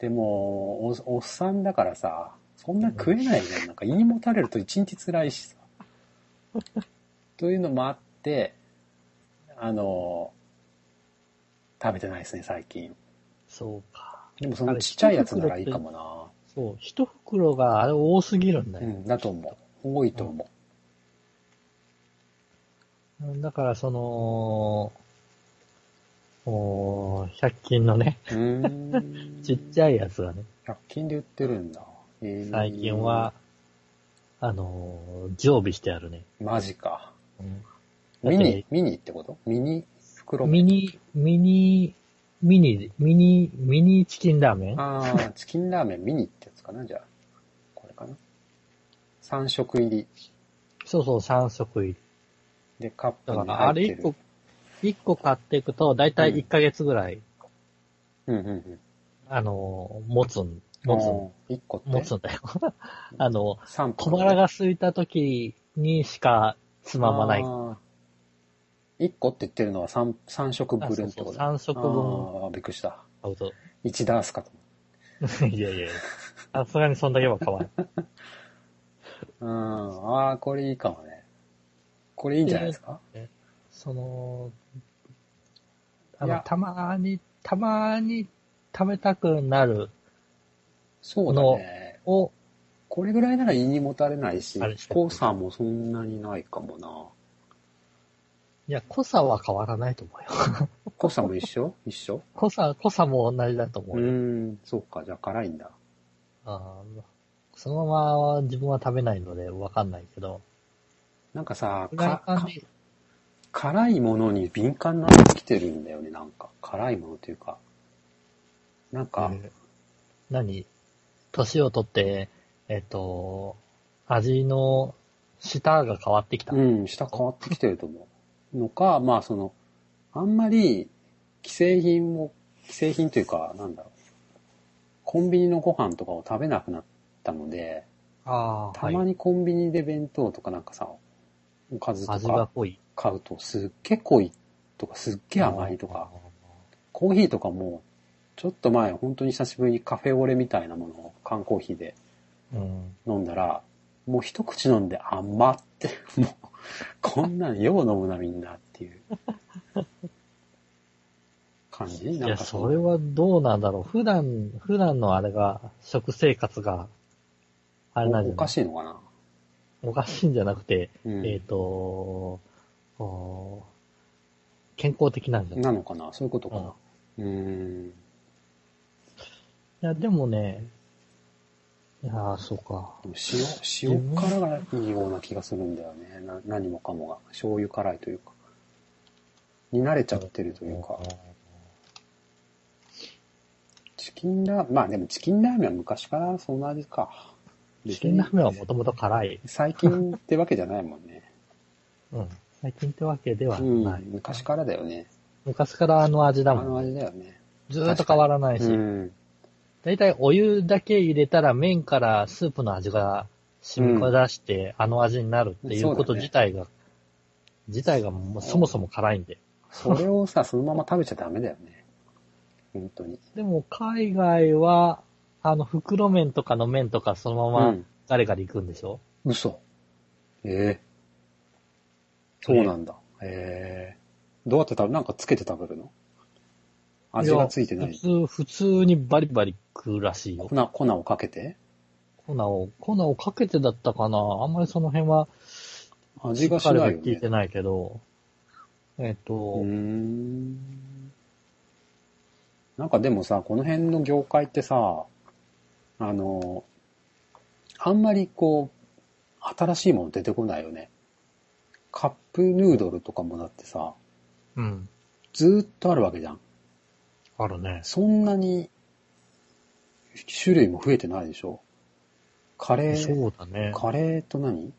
[SPEAKER 1] でもお、おっさんだからさ、そんな食えないじゃん。なんか胃にもたれると一日辛いし
[SPEAKER 2] [laughs]
[SPEAKER 1] さ。というのもあって、あの、食べてないですね、最近。
[SPEAKER 2] そうか。
[SPEAKER 1] でもそのちっちゃいやつならいいかもな。
[SPEAKER 2] そう。一袋があれ多すぎるんだ
[SPEAKER 1] う
[SPEAKER 2] よ。
[SPEAKER 1] ん、だと思う。多いと思
[SPEAKER 2] だからその、おー100均のね、
[SPEAKER 1] う。うん。
[SPEAKER 2] ちっちゃいやつがね、
[SPEAKER 1] 100均で売ってるんだ。えー
[SPEAKER 2] 最近は。、あのー常備してあるね。
[SPEAKER 1] マジか。
[SPEAKER 2] だっ
[SPEAKER 1] ミ
[SPEAKER 2] て
[SPEAKER 1] ニ、ミニってことミニ袋。
[SPEAKER 2] ミニ、ミニ、ミニ、ミニ、ミニチキンラーメン
[SPEAKER 1] ああ、 [laughs] チキンラーメンミニってやつかな、じゃあ。これかな。3色入り。
[SPEAKER 2] そうそう、3食入り。
[SPEAKER 1] で、カップ
[SPEAKER 2] だ
[SPEAKER 1] に
[SPEAKER 2] か
[SPEAKER 1] 入ってる。
[SPEAKER 2] ら、あれ1個、一個買っていくと、だいたい1ヶ月ぐらい、
[SPEAKER 1] うんうんうん。
[SPEAKER 2] あのー持つん、持
[SPEAKER 1] つ。1個っ
[SPEAKER 2] つ
[SPEAKER 1] て
[SPEAKER 2] ん、持つんだよ。 [laughs] あの、
[SPEAKER 1] 3
[SPEAKER 2] 小腹が空いた時にしかつままない。
[SPEAKER 1] 1個って言ってるのは 3, 三食分ってこと
[SPEAKER 2] あそうそう三食
[SPEAKER 1] ああ、びっくりした。
[SPEAKER 2] 買うと。
[SPEAKER 1] 1ダースかと
[SPEAKER 2] [laughs] いやいやいや。さすがにそんだけは買わない。
[SPEAKER 1] [laughs] 思った。うん。ああ、これいいかもね。これいいんじゃないですか
[SPEAKER 2] その、あ
[SPEAKER 1] いや
[SPEAKER 2] の、たまーに、たまーに食べたくなる
[SPEAKER 1] そうだね。
[SPEAKER 2] を、
[SPEAKER 1] これぐらいなら胃にもたれないし
[SPEAKER 2] あれ、
[SPEAKER 1] 濃さもそんなにないかもな。
[SPEAKER 2] いや、濃さは変わらないと思うよ。 [laughs]
[SPEAKER 1] 濃さも一緒一緒
[SPEAKER 2] 濃さ、濃さも同じだと思
[SPEAKER 1] う
[SPEAKER 2] うよ。
[SPEAKER 1] ーん、そうか、じゃあ辛いんだ。
[SPEAKER 2] あーそのまま自分は食べないのでわかんないけど、
[SPEAKER 1] なんかさ、
[SPEAKER 2] こんな
[SPEAKER 1] か
[SPEAKER 2] 感
[SPEAKER 1] か
[SPEAKER 2] じ
[SPEAKER 1] 辛いものに敏感になってきてるんだよね、なんか。辛いものというか。なんか、
[SPEAKER 2] えー何年をとって、えっと、味の舌が変わってきた。
[SPEAKER 1] うん、下変わってきてると思う。のか、まあその、あんまり、既製品も、既製品というか、なんだろう。コンビニのご飯とかを食べなくなったので、
[SPEAKER 2] あ
[SPEAKER 1] たまにコンビニで弁当とかなんかさ、おかずと
[SPEAKER 2] 味が
[SPEAKER 1] か
[SPEAKER 2] 濃い。
[SPEAKER 1] 買うとすっげえ濃いとかすっげえ甘いとか、コーヒーとかも、ちょっと前本当に久しぶりにカフェオレみたいなものを缶コーヒーで
[SPEAKER 2] うん。
[SPEAKER 1] 飲んだら、もう一口飲んで甘って、もう、こんなんよう飲むなみんなっていう感じ
[SPEAKER 2] い
[SPEAKER 1] なん
[SPEAKER 2] や、
[SPEAKER 1] か
[SPEAKER 2] それはどうなんだろう。普段、普段のあれが、食生活が、あれなん
[SPEAKER 1] お
[SPEAKER 2] じ
[SPEAKER 1] お
[SPEAKER 2] ゃな
[SPEAKER 1] か
[SPEAKER 2] い
[SPEAKER 1] しいのかな、
[SPEAKER 2] おかしいんじゃなくて、
[SPEAKER 1] うん
[SPEAKER 2] えっ、とおー健康的なんじゃない
[SPEAKER 1] なのかなそういうことかな、うーん。
[SPEAKER 2] いや、でもね、いやー、そうか。
[SPEAKER 1] でも塩、塩辛がいいような気がするんだよね。な何もかもが。醤油辛いというか。に慣れちゃってるというか。チキンラーメン、まあでもチキンラーメンは昔からそんな味か。
[SPEAKER 2] チキンラーメンはもともと辛い。
[SPEAKER 1] 最近ってわけじゃないもん
[SPEAKER 2] [laughs]
[SPEAKER 1] ね。
[SPEAKER 2] うん。最近ってわけでは
[SPEAKER 1] う
[SPEAKER 2] ない。
[SPEAKER 1] ん、昔からだよね。
[SPEAKER 2] 昔からあの味
[SPEAKER 1] あ
[SPEAKER 2] だ
[SPEAKER 1] の
[SPEAKER 2] もん。
[SPEAKER 1] 味だよね。
[SPEAKER 2] ずーっと変わらないうし。
[SPEAKER 1] ん。
[SPEAKER 2] だいたいお湯だけ入れたら麺からスープの味が染み出して、あの味になるっていうこと自体が、自体がもうそもそも辛いんで。
[SPEAKER 1] それをさ、そ [laughs] のまま食べちゃダメだよね。本当に。
[SPEAKER 2] でも海外は、あの袋麺とかの麺とかそのま
[SPEAKER 1] う
[SPEAKER 2] ま
[SPEAKER 1] ん。
[SPEAKER 2] 誰かで行くんでしょ、
[SPEAKER 1] 嘘。ええそうなんだ。ええどうやって食べなんかつけて食べるの味がついてない
[SPEAKER 2] や普通、普通にバリバリ食うらしいよ。
[SPEAKER 1] 粉、粉をかけて
[SPEAKER 2] 粉を、粉をかけてだったかなあんまりその辺は、
[SPEAKER 1] 味がしないよ
[SPEAKER 2] 聞い
[SPEAKER 1] ね
[SPEAKER 2] て。ないけど、
[SPEAKER 1] う
[SPEAKER 2] えっ、
[SPEAKER 1] ー
[SPEAKER 2] と、
[SPEAKER 1] ん。なんかでもさ、この辺の業界ってさ、あの、あんまりこう、新しいもの出てこないよね。カップヌードルとかもだってさ、
[SPEAKER 2] うん。
[SPEAKER 1] ずーっとあるわけじゃん。
[SPEAKER 2] あるね。
[SPEAKER 1] そんなに、種類も増えてないでしょ。カレー、
[SPEAKER 2] そうだね。
[SPEAKER 1] カレーと何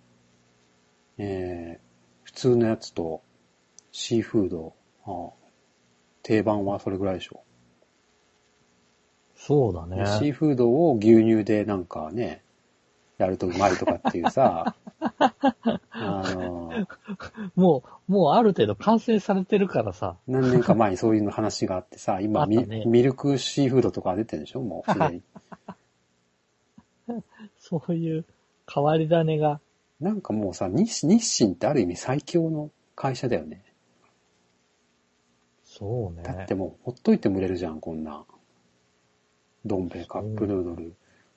[SPEAKER 1] えー、普通のやつと、シーフード、あ定番はそれぐらいでしょ。
[SPEAKER 2] そうだ
[SPEAKER 1] でシ
[SPEAKER 2] ね。
[SPEAKER 1] ーフードを牛乳でなんかね、やるとうまいとかっていう
[SPEAKER 2] [laughs]
[SPEAKER 1] さ、あの、
[SPEAKER 2] もう、もうある程度完成されてるからさ。
[SPEAKER 1] 何年か前にそういうの話があってさ、
[SPEAKER 2] あ
[SPEAKER 1] 今、
[SPEAKER 2] ったね
[SPEAKER 1] ミミルクシーフードとか出てるでしょもうす
[SPEAKER 2] [laughs]
[SPEAKER 1] でに。
[SPEAKER 2] そういう変わり種が、
[SPEAKER 1] なんかもうさ、日日清ってある意味最強の会社だよね。
[SPEAKER 2] そうね。
[SPEAKER 1] だってもう、ほっといても売れるじゃん、こんな。どん兵衛、カップヌードル。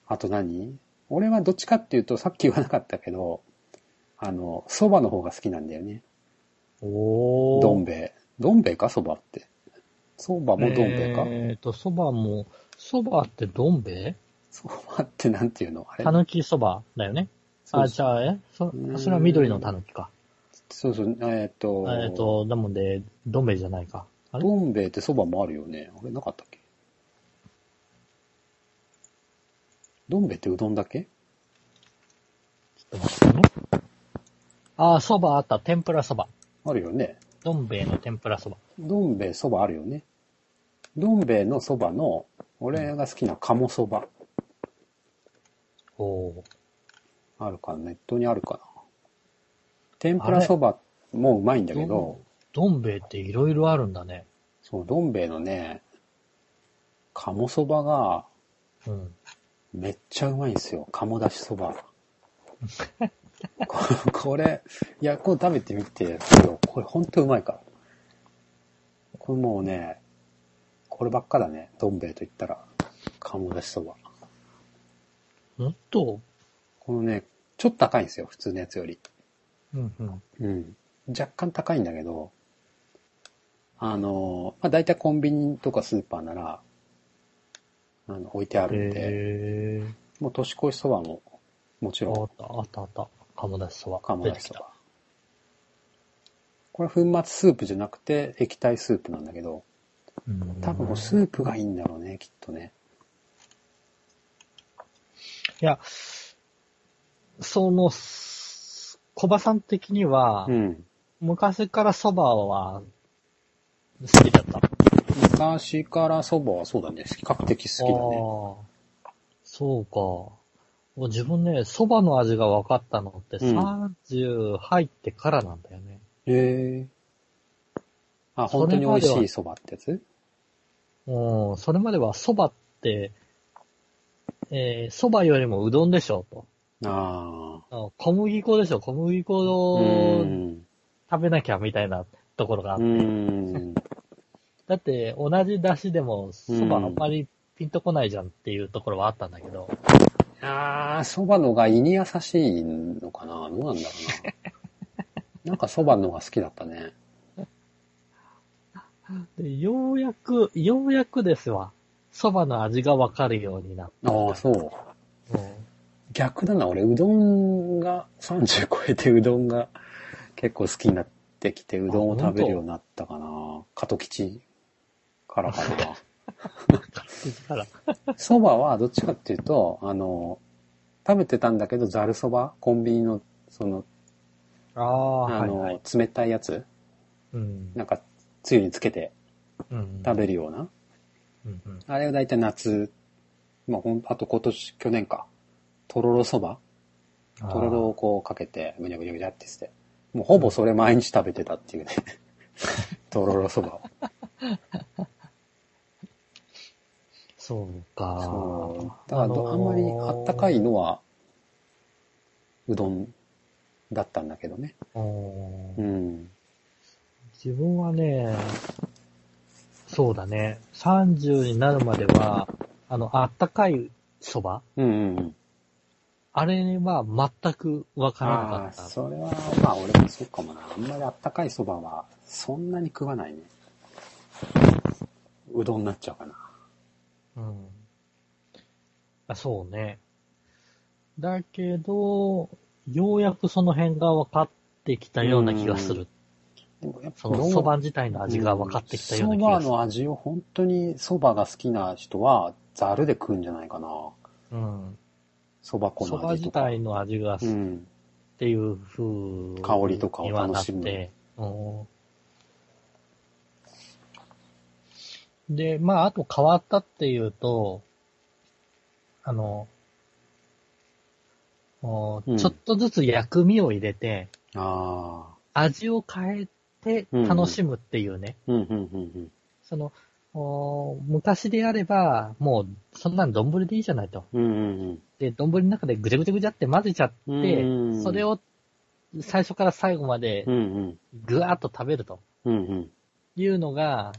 [SPEAKER 1] あと何俺はどっちかっていうと、さっき言わなかったけど、あの、蕎麦の方が好きなんだよね。
[SPEAKER 2] おー。
[SPEAKER 1] どん兵衛。どん兵衛か、蕎麦って。蕎麦もどん兵衛か
[SPEAKER 2] えーと、蕎麦も、蕎麦ってどん兵衛
[SPEAKER 1] 蕎麦ってなんていうのあれ
[SPEAKER 2] たぬき蕎麦だよね。
[SPEAKER 1] そう
[SPEAKER 2] あ、じゃあ、えそ
[SPEAKER 1] ーん、
[SPEAKER 2] それは緑のたぬきか。
[SPEAKER 1] そうそう、えーっと、
[SPEAKER 2] えっ、と、なので、どん兵衛じゃないか。あれ
[SPEAKER 1] どん兵衛ってそばもあるよね。あれなかったっけどん兵衛ってうどんだけ
[SPEAKER 2] ちょっと待ってね。あー、蕎麦あった。天ぷら蕎麦。
[SPEAKER 1] あるよね。
[SPEAKER 2] どん兵衛の天ぷら蕎麦。
[SPEAKER 1] どん兵衛そばあるよね。どん兵衛のそばの、俺が好きな鴨そば。
[SPEAKER 2] おー。
[SPEAKER 1] あるかなネットにあるかな。天ぷらそばもうまいんだけど、
[SPEAKER 2] どん兵衛っていろいろあるんだね。
[SPEAKER 1] そう、どん兵衛のね、鴨そばが
[SPEAKER 2] うん。
[SPEAKER 1] めっちゃうまいんですよ。鴨だしそば。ここれ、いや、こう食べてみてよ。これほんとうまいから。これもうね、こればっかだね。どん兵衛と言ったら。鴨だしそば。
[SPEAKER 2] もっと、
[SPEAKER 1] このね、ちょっと高いんですよ。普通のやつより。
[SPEAKER 2] うんうん。
[SPEAKER 1] うん。若干高いんだけど、あの、まあ、大体コンビニとかスーパーなら、あの、置いてあるんで、
[SPEAKER 2] へー。
[SPEAKER 1] もう年越しそばも、もちろん
[SPEAKER 2] あった、あった、あった。鴨だしそば。
[SPEAKER 1] 鴨だ
[SPEAKER 2] 出
[SPEAKER 1] して
[SPEAKER 2] き
[SPEAKER 1] そ
[SPEAKER 2] た
[SPEAKER 1] ば。これ粉末スープじゃなくて液体スープなんだけど、
[SPEAKER 2] うん
[SPEAKER 1] 多分もうスープがいいんだろうね、きっとね。
[SPEAKER 2] いや、その、す小バさん的には、
[SPEAKER 1] うん。
[SPEAKER 2] 昔から蕎麦は好きだった。
[SPEAKER 1] 昔からそばはそうだね、比較的好きだね。
[SPEAKER 2] あーそうか。もう自分ね、蕎麦の味が分かったのって
[SPEAKER 1] うん
[SPEAKER 2] 30入ってからなんだよね。
[SPEAKER 1] へえ。あ、本当に美味しいそばってやつ
[SPEAKER 2] うん、それまでは蕎麦って、えー、蕎麦よりもうどんでしょ、と。
[SPEAKER 1] ああ。
[SPEAKER 2] あ小麦粉でしょ、小麦粉
[SPEAKER 1] う
[SPEAKER 2] を
[SPEAKER 1] ん。
[SPEAKER 2] 食べなきゃみたいなところがあっ
[SPEAKER 1] う
[SPEAKER 2] て
[SPEAKER 1] ん。
[SPEAKER 2] だって、同じ出汁でも、そばあんまりピンとこないじゃんっていうところはあったんだけど、
[SPEAKER 1] ああ、そばのが胃に優しいのかなどうなんだろうな。
[SPEAKER 2] [laughs]
[SPEAKER 1] なんかそばのが好きだったね。
[SPEAKER 2] でようやく、ようやくですわ、そばの味がわかるようになった。
[SPEAKER 1] ああ、そう。
[SPEAKER 2] うん
[SPEAKER 1] 逆だな、俺、うどんが、30超えてうどんが結構好きになってきて、うどんを食べるようになったかな。加藤吉からか
[SPEAKER 2] だから、
[SPEAKER 1] な。
[SPEAKER 2] [laughs]
[SPEAKER 1] 蕎麦はどっちかっていうと、あの、食べてたんだけど、ざる蕎麦コンビニの、その、
[SPEAKER 2] ああ、
[SPEAKER 1] あ
[SPEAKER 2] はい
[SPEAKER 1] の、
[SPEAKER 2] はい。
[SPEAKER 1] 冷たいやつ
[SPEAKER 2] うん。
[SPEAKER 1] なんか、つゆにつけて
[SPEAKER 2] うん
[SPEAKER 1] 食べるような。
[SPEAKER 2] うんうん
[SPEAKER 1] あれが大体夏、まあ、ほんあと今年、去年か。とろろ蕎麦
[SPEAKER 2] あー
[SPEAKER 1] とろろをこうかけて、ぐにゃぐにゃぐにゃってして。もうほぼそれ毎日食べてたっていうね。とろろそばを。
[SPEAKER 2] そうか。
[SPEAKER 1] そう。だからど、
[SPEAKER 2] のー
[SPEAKER 1] あんまりあったかい。のは、うどんだったんだけどね。
[SPEAKER 2] うん
[SPEAKER 1] うん。
[SPEAKER 2] 自分はね、そうだね、30になるまでは、あの、あったかいそば
[SPEAKER 1] うんうんうん。
[SPEAKER 2] あれは全くわからな
[SPEAKER 1] あ
[SPEAKER 2] か
[SPEAKER 1] あ、
[SPEAKER 2] った。
[SPEAKER 1] それは、まあ俺もそうかもな。あんまりあったかいそばは、そんなに食わないね。うどんになっちゃうかな。
[SPEAKER 2] うん。あそうね。だけど、ようやくその辺が分かってきたような気がする。
[SPEAKER 1] でもやっぱ
[SPEAKER 2] その蕎麦自体の味が分かってきたような気が
[SPEAKER 1] 蕎
[SPEAKER 2] す
[SPEAKER 1] 麦
[SPEAKER 2] る。
[SPEAKER 1] の味を本当に蕎麦が好きな人は、ザルで食うんじゃないかな。
[SPEAKER 2] うん。
[SPEAKER 1] 蕎麦粉
[SPEAKER 2] 蕎
[SPEAKER 1] の
[SPEAKER 2] 麦
[SPEAKER 1] 味
[SPEAKER 2] 自
[SPEAKER 1] とか。
[SPEAKER 2] 体の味が
[SPEAKER 1] う
[SPEAKER 2] す
[SPEAKER 1] ん。
[SPEAKER 2] っていう風に
[SPEAKER 1] 香りとかを楽しむ
[SPEAKER 2] はなってうんで、まあ、あと変わったっていうと、あの、お
[SPEAKER 1] うん
[SPEAKER 2] ちょっとずつ薬味を入れて、
[SPEAKER 1] ああ。
[SPEAKER 2] 味を変えて楽しむっていうね。
[SPEAKER 1] うん、うん、うん、
[SPEAKER 2] そのお昔であれば、もう、そんなん丼でいいじゃないと。
[SPEAKER 1] うん。うん、
[SPEAKER 2] で、丼の中でぐちゃぐちゃぐちゃって混ぜちゃって、
[SPEAKER 1] うん。うん
[SPEAKER 2] それ、を最初から最後まで
[SPEAKER 1] うん、うん。
[SPEAKER 2] ぐわーっと食べると
[SPEAKER 1] うん、うん。
[SPEAKER 2] いうのが、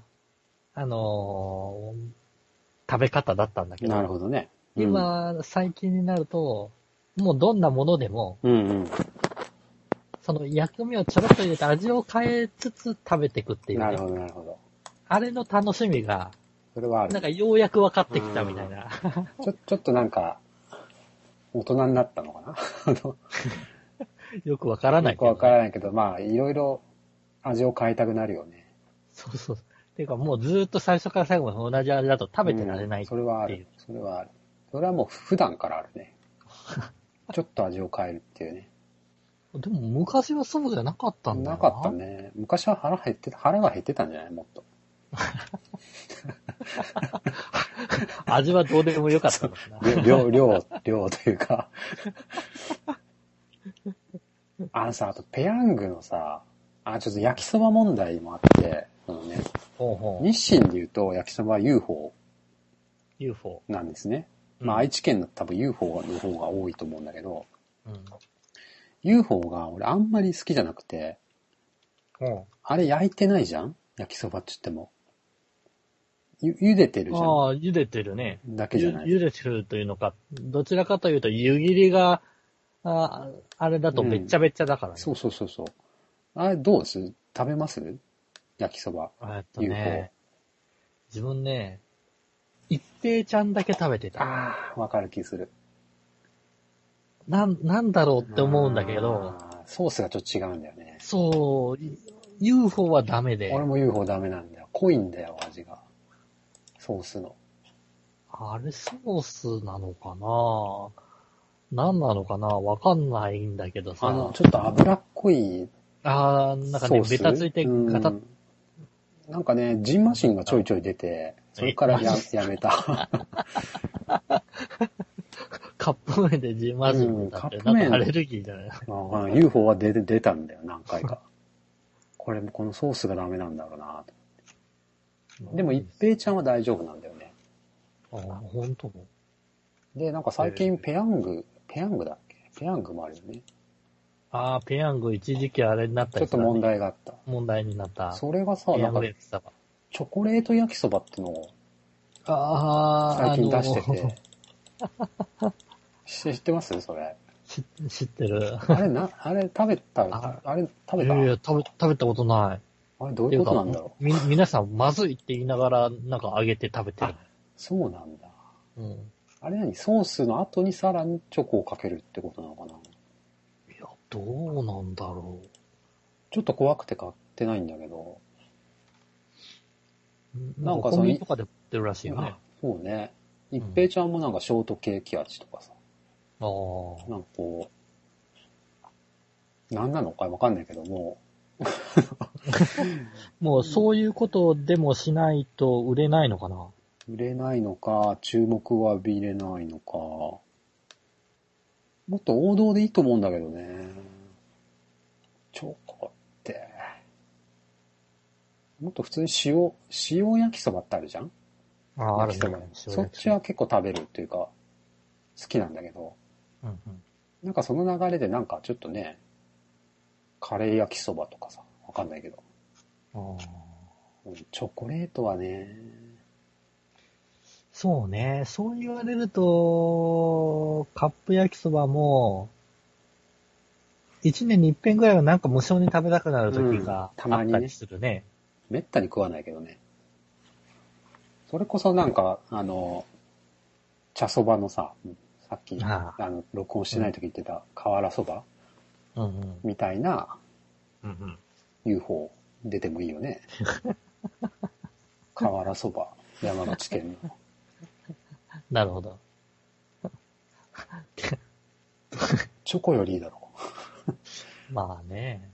[SPEAKER 2] あのー食べ方だったんだけど、
[SPEAKER 1] なるほどね。うん、
[SPEAKER 2] 今、最近になると、もうどんなものでも、
[SPEAKER 1] うん、うん。
[SPEAKER 2] その薬味をちょろっと入れて味を変えつつ食べていくっていう、
[SPEAKER 1] なる
[SPEAKER 2] ね、
[SPEAKER 1] ほど、なるほど。
[SPEAKER 2] あれの楽しみが、
[SPEAKER 1] それはある
[SPEAKER 2] なん。かようやく分かってきたみた
[SPEAKER 1] [laughs]
[SPEAKER 2] いな。
[SPEAKER 1] ちょ、ちょっとなんか、大人になったのかなあの
[SPEAKER 2] よく分からない
[SPEAKER 1] よ
[SPEAKER 2] け
[SPEAKER 1] く
[SPEAKER 2] どね、
[SPEAKER 1] わからないけど、まあ、いろいろ味を変えたくなるよね。
[SPEAKER 2] そうそう。っていうかもうずーっと最初から最後まで同じ味だと食べてられな
[SPEAKER 1] う
[SPEAKER 2] い、
[SPEAKER 1] んそれはあ
[SPEAKER 2] っていう
[SPEAKER 1] る。それはある。それはもう普段からある
[SPEAKER 2] [laughs]
[SPEAKER 1] ね。ちょっと味を変えるっていうね。
[SPEAKER 2] でも昔はそうじゃなかったん
[SPEAKER 1] な
[SPEAKER 2] だよ
[SPEAKER 1] かったね。昔は腹減ってた、腹が減ってたんじゃないもっと。
[SPEAKER 2] 味はどうでもよかったんだな。
[SPEAKER 1] 量、
[SPEAKER 2] [laughs]
[SPEAKER 1] 量、量というか。あのさ、あとペヤングのさ、あ、ちょっと焼きそば問題もあって、そのね、
[SPEAKER 2] ほうほう。
[SPEAKER 1] 日清で言うと焼きそばは UFO
[SPEAKER 2] UFO。
[SPEAKER 1] なんですね。まあ
[SPEAKER 2] うん
[SPEAKER 1] 愛知県だと多分 UFO の方が多いと思うんだけど、
[SPEAKER 2] うん。
[SPEAKER 1] UFO が俺あんまり好きじゃなくて、
[SPEAKER 2] ほ
[SPEAKER 1] あれ焼いてないじゃん焼きそばって言っても。ゆ、茹でてる
[SPEAKER 2] う
[SPEAKER 1] じゃ
[SPEAKER 2] ああ、茹でてるね。
[SPEAKER 1] ん。だけじ
[SPEAKER 2] ゆ
[SPEAKER 1] ゃない。
[SPEAKER 2] 茹でてるというのか、どちらかというと湯切りが、ああれだとべっちゃべっちゃだからね。
[SPEAKER 1] そうそうそうそう。あれどうです食べます焼きそば。
[SPEAKER 2] えっとね、自分ね、一平ちゃんだけ食べてた。
[SPEAKER 1] ああ、わかる気する。
[SPEAKER 2] なん、なんだろうって思うんだけど、
[SPEAKER 1] あー。ソースがちょっと違うんだよね。
[SPEAKER 2] そう、い UFO はダメで、
[SPEAKER 1] 俺も UFO ダメなんだよ。濃いんだよ、味が。ソースの。
[SPEAKER 2] あれソースなのかな何なのかなわかんないんだけどさ。
[SPEAKER 1] あの、ちょっと脂っこい
[SPEAKER 2] あー、なんかね、
[SPEAKER 1] ソース
[SPEAKER 2] ベタついて、ガタッ、
[SPEAKER 1] うんなんかね、ジンマシンがちょいちょい出て、それからややめ
[SPEAKER 2] [laughs]
[SPEAKER 1] た。
[SPEAKER 2] カップ麺でジンマシンだって、
[SPEAKER 1] うんカップ
[SPEAKER 2] なん
[SPEAKER 1] 麺
[SPEAKER 2] かアレルギーじゃない
[SPEAKER 1] まあ UFO は出て、出たんだよ、何回か。これもこのソースがダメなんだろうなとでも、一平ちゃんは大丈夫なんだよね。
[SPEAKER 2] あー、ほんと
[SPEAKER 1] で、なんか最近ペヤング、ペヤングだっけペヤングもあるよね。
[SPEAKER 2] あー、ペヤング一時期あれになった
[SPEAKER 1] ちょ
[SPEAKER 2] や
[SPEAKER 1] っ
[SPEAKER 2] つだ
[SPEAKER 1] と
[SPEAKER 2] ね
[SPEAKER 1] 問題があった。
[SPEAKER 2] 問題になった。
[SPEAKER 1] それがさ、
[SPEAKER 2] ペ
[SPEAKER 1] な
[SPEAKER 2] ヤ
[SPEAKER 1] ん
[SPEAKER 2] ン
[SPEAKER 1] か
[SPEAKER 2] グ、焼きそば。
[SPEAKER 1] チョコレート焼きそばってのを
[SPEAKER 2] あー、
[SPEAKER 1] 最近出してて。
[SPEAKER 2] あのー
[SPEAKER 1] [laughs] し知ってますそれ。
[SPEAKER 2] し [laughs] 知ってる。
[SPEAKER 1] あれな、あれ食べた、
[SPEAKER 2] あ
[SPEAKER 1] あれ食
[SPEAKER 2] いや
[SPEAKER 1] べ
[SPEAKER 2] い
[SPEAKER 1] た
[SPEAKER 2] や、食べ、食べたことない。
[SPEAKER 1] あれど
[SPEAKER 2] っ
[SPEAKER 1] う
[SPEAKER 2] て
[SPEAKER 1] い
[SPEAKER 2] いうう
[SPEAKER 1] こ
[SPEAKER 2] か
[SPEAKER 1] となんだろう
[SPEAKER 2] み、皆さん、まずいって言いながら、なんか揚げて食べてる。
[SPEAKER 1] そうなんだ。
[SPEAKER 2] うん。
[SPEAKER 1] あれ何ソースの後にさらにチョコをかけるってことなのかない
[SPEAKER 2] や、どうなんだろ
[SPEAKER 1] ちょっと怖くて買ってないんだけど。
[SPEAKER 2] う。
[SPEAKER 1] な
[SPEAKER 2] なんん
[SPEAKER 1] か
[SPEAKER 2] か
[SPEAKER 1] その
[SPEAKER 2] コンビニとかで売ってるらしいよね
[SPEAKER 1] あ。そうね。一平ちゃんもなんかショートケーキ味とかさ。
[SPEAKER 2] ああ。
[SPEAKER 1] なんかこう、なんなのかわかんないけども、
[SPEAKER 2] もうそういうことでもしないと売れないのかな。
[SPEAKER 1] 売れないのか、注目を浴びれないのか。もっと王道でいいと思うんだけどね。チョコって。もっと普通に塩、塩焼きそばってあるじゃん
[SPEAKER 2] ああ、ある
[SPEAKER 1] 焼
[SPEAKER 2] ね
[SPEAKER 1] きそば。そっちは結構食べるっていうか、好きなんだけど、
[SPEAKER 2] うんうん
[SPEAKER 1] なんかその流れでなんかちょっとね、カレー焼きそばとかさ、わかんないけど、
[SPEAKER 2] ああ
[SPEAKER 1] うんチョコレートはね、
[SPEAKER 2] そうね。そう言われると、カップ焼きそばも、一年に一遍ぐらいはなんか無償に食べたくなる
[SPEAKER 1] う
[SPEAKER 2] 時が
[SPEAKER 1] んた
[SPEAKER 2] あ
[SPEAKER 1] ま
[SPEAKER 2] っ
[SPEAKER 1] にね
[SPEAKER 2] たりするね。
[SPEAKER 1] めったに食わないけどね。それこそなんか、あの、茶そばのさ、さっき、
[SPEAKER 2] あ
[SPEAKER 1] あの、録音してない時言ってた瓦そば
[SPEAKER 2] うんうん。
[SPEAKER 1] みたいな
[SPEAKER 2] うんうん。
[SPEAKER 1] UFO 出てもいいよね。瓦そば、山口県の。
[SPEAKER 2] なるほど。
[SPEAKER 1] チョコよりいいだろ
[SPEAKER 2] まあね。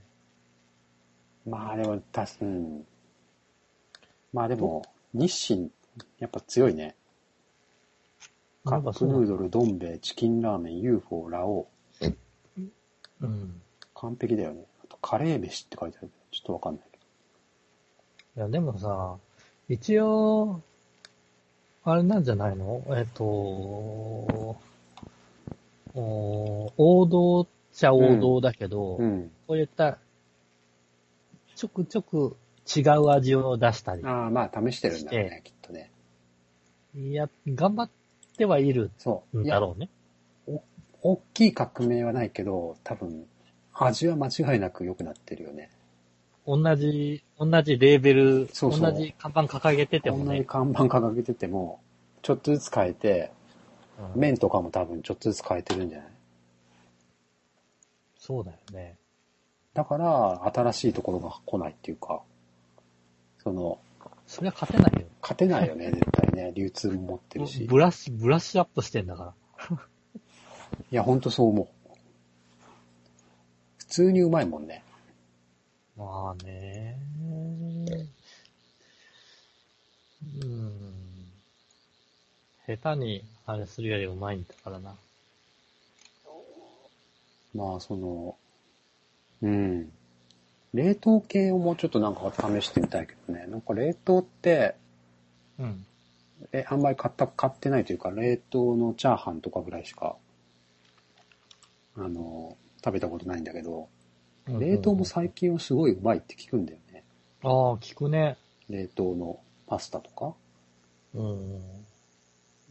[SPEAKER 1] う。まあでも、たす、うん。まあでも、日清、やっぱ強いね。カ
[SPEAKER 2] やっ
[SPEAKER 1] ッ
[SPEAKER 2] ぱ
[SPEAKER 1] プ
[SPEAKER 2] そう
[SPEAKER 1] ヌー
[SPEAKER 2] な
[SPEAKER 1] ドル、どん兵衛、チキンラーメン、UFO、ラオ
[SPEAKER 2] うん。
[SPEAKER 1] ウ。完璧だよね。あと、カレー飯って書いてあるけど、ちょっとわかんないけど。
[SPEAKER 2] いや、でもさ、一応、あれなんじゃないのえっと、お王道っちゃ王道だけど、
[SPEAKER 1] うん。
[SPEAKER 2] こういった、ちょくちょく違う味を出したり、
[SPEAKER 1] ああ、まあ試してるんだろうね、きっとね。
[SPEAKER 2] いや、頑張ってはいる
[SPEAKER 1] そう。
[SPEAKER 2] ん
[SPEAKER 1] い
[SPEAKER 2] だ
[SPEAKER 1] や、
[SPEAKER 2] ろうね。
[SPEAKER 1] 大きい革命はないけど、多分、味は間違いなく良くなってるよね。
[SPEAKER 2] 同じ、同じレーベル、
[SPEAKER 1] そうそう
[SPEAKER 2] 同じ看板掲げてて
[SPEAKER 1] こ
[SPEAKER 2] も
[SPEAKER 1] んなに
[SPEAKER 2] ね、
[SPEAKER 1] 看板掲げてても、ちょっとずつ変えて、
[SPEAKER 2] うん
[SPEAKER 1] 麺とかも多分ちょっとずつ変えてるんじゃない
[SPEAKER 2] そうだよね。
[SPEAKER 1] だから、新しいところが来ないっていうか、その、
[SPEAKER 2] そりゃ勝てないよ。
[SPEAKER 1] 勝てないよ [laughs] ね、絶対ね。流通も持ってるし。い
[SPEAKER 2] ブラッシュ、ブラッシュアップしてんだから。
[SPEAKER 1] や、ほんとそう思う。普通にうまいもんね。
[SPEAKER 2] まあね。うん。下手にあれするよりうまいんだからな。
[SPEAKER 1] まあ、その、うん。冷凍系をもうちょっとなんか試してみたいけどね。なんか冷凍って、
[SPEAKER 2] うん。
[SPEAKER 1] え、あんまり買った、買ってないというか、冷凍のチャーハンとかぐらいしか、あの、食べたことないんだけど、冷凍も最近はすごいうまいって聞くんだよね。
[SPEAKER 2] ああ、聞くね。
[SPEAKER 1] 冷凍のパスタとか。
[SPEAKER 2] うん。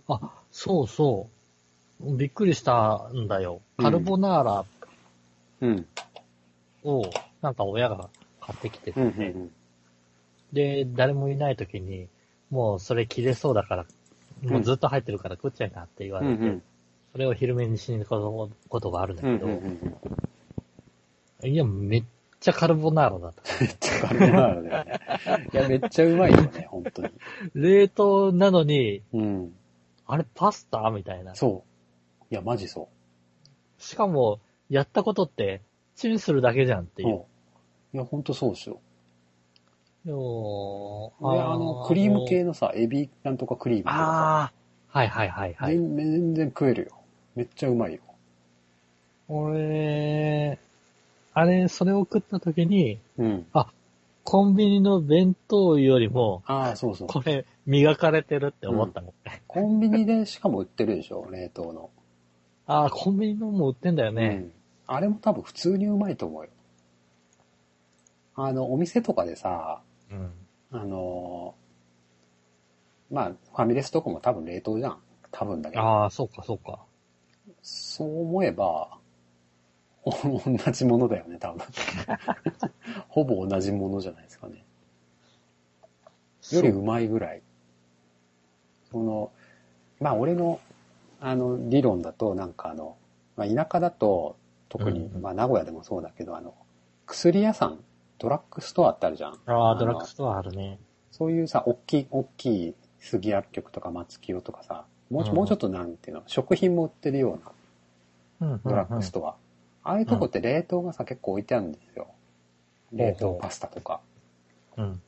[SPEAKER 2] あ、そうそう。びっくりしたんだよ。
[SPEAKER 1] うん
[SPEAKER 2] カルボナーラ
[SPEAKER 1] うん。
[SPEAKER 2] を、なんか親が買ってきてて、
[SPEAKER 1] うん、うん、
[SPEAKER 2] で、誰もいない時に、もうそれ切れそうだから、もうずっと入ってるから食っちゃいなって言わ
[SPEAKER 1] うん。う
[SPEAKER 2] れて、
[SPEAKER 1] ん、
[SPEAKER 2] それを昼目にしに行くことがあるん
[SPEAKER 1] う
[SPEAKER 2] だ
[SPEAKER 1] ん。う
[SPEAKER 2] け
[SPEAKER 1] ん、
[SPEAKER 2] ど、
[SPEAKER 1] うん。
[SPEAKER 2] いや、めっちゃカルボナーラだった。 [laughs]
[SPEAKER 1] めっちゃカルボナーラだよね。いや、めっちゃうまいよね、本当に。
[SPEAKER 2] 冷凍なのに、
[SPEAKER 1] うん。
[SPEAKER 2] あれパスタみたいな。
[SPEAKER 1] そう。いや、マジそう。
[SPEAKER 2] しかも、やったことって、チンするだけじゃんっていう。
[SPEAKER 1] うんいや、ほんとそうですよ。
[SPEAKER 2] でも
[SPEAKER 1] で、あの、クリーム系のさ、エビなんとかクリームとかさ、
[SPEAKER 2] ああ、はいはいはいはい。
[SPEAKER 1] 全全然食えるよ。めっちゃうまいよ。
[SPEAKER 2] 俺、あれ、それを食った時に、
[SPEAKER 1] うん。
[SPEAKER 2] コンビニの弁当よりも、
[SPEAKER 1] ああ、そうそう。
[SPEAKER 2] これ、磨かれてるって思ったの。
[SPEAKER 1] コンビニでしかも売ってるでしょ、冷凍の。
[SPEAKER 2] ああ、コンビニのも売ってんだよ
[SPEAKER 1] う
[SPEAKER 2] ね。
[SPEAKER 1] ん。あれも多分普通にうまいと思うよ。あの、お店とかでさ、
[SPEAKER 2] うん。
[SPEAKER 1] あのーまあ、ファミレスとかも多分冷凍じゃん。多分だけど。
[SPEAKER 2] ああ、そうかそうか。
[SPEAKER 1] そう思えば、お同じものだよね、多分。 [laughs] ほぼ同じものじゃないですかね。よりうまいぐらい。その、まあ俺の、あの、理論だと、なんかあの、まあ、田舎だと、特に、
[SPEAKER 2] うんうん
[SPEAKER 1] まあ名古屋でもそうだけど、あの、薬屋さん、ドラッグストアってあるじゃん。
[SPEAKER 2] あ
[SPEAKER 1] あ
[SPEAKER 2] あ、
[SPEAKER 1] の
[SPEAKER 2] ドラッグストアあるね。
[SPEAKER 1] そういうさ、大きい、大きい杉薬局とか松清とかさ、もう,、
[SPEAKER 2] うん
[SPEAKER 1] もうちょっとなんていうの、食品も売ってるような
[SPEAKER 2] うん
[SPEAKER 1] ドラッグストア。ああいうとこって冷凍がさ、結構置いてあるんですよ。冷凍パスタとか。
[SPEAKER 2] ア。うん。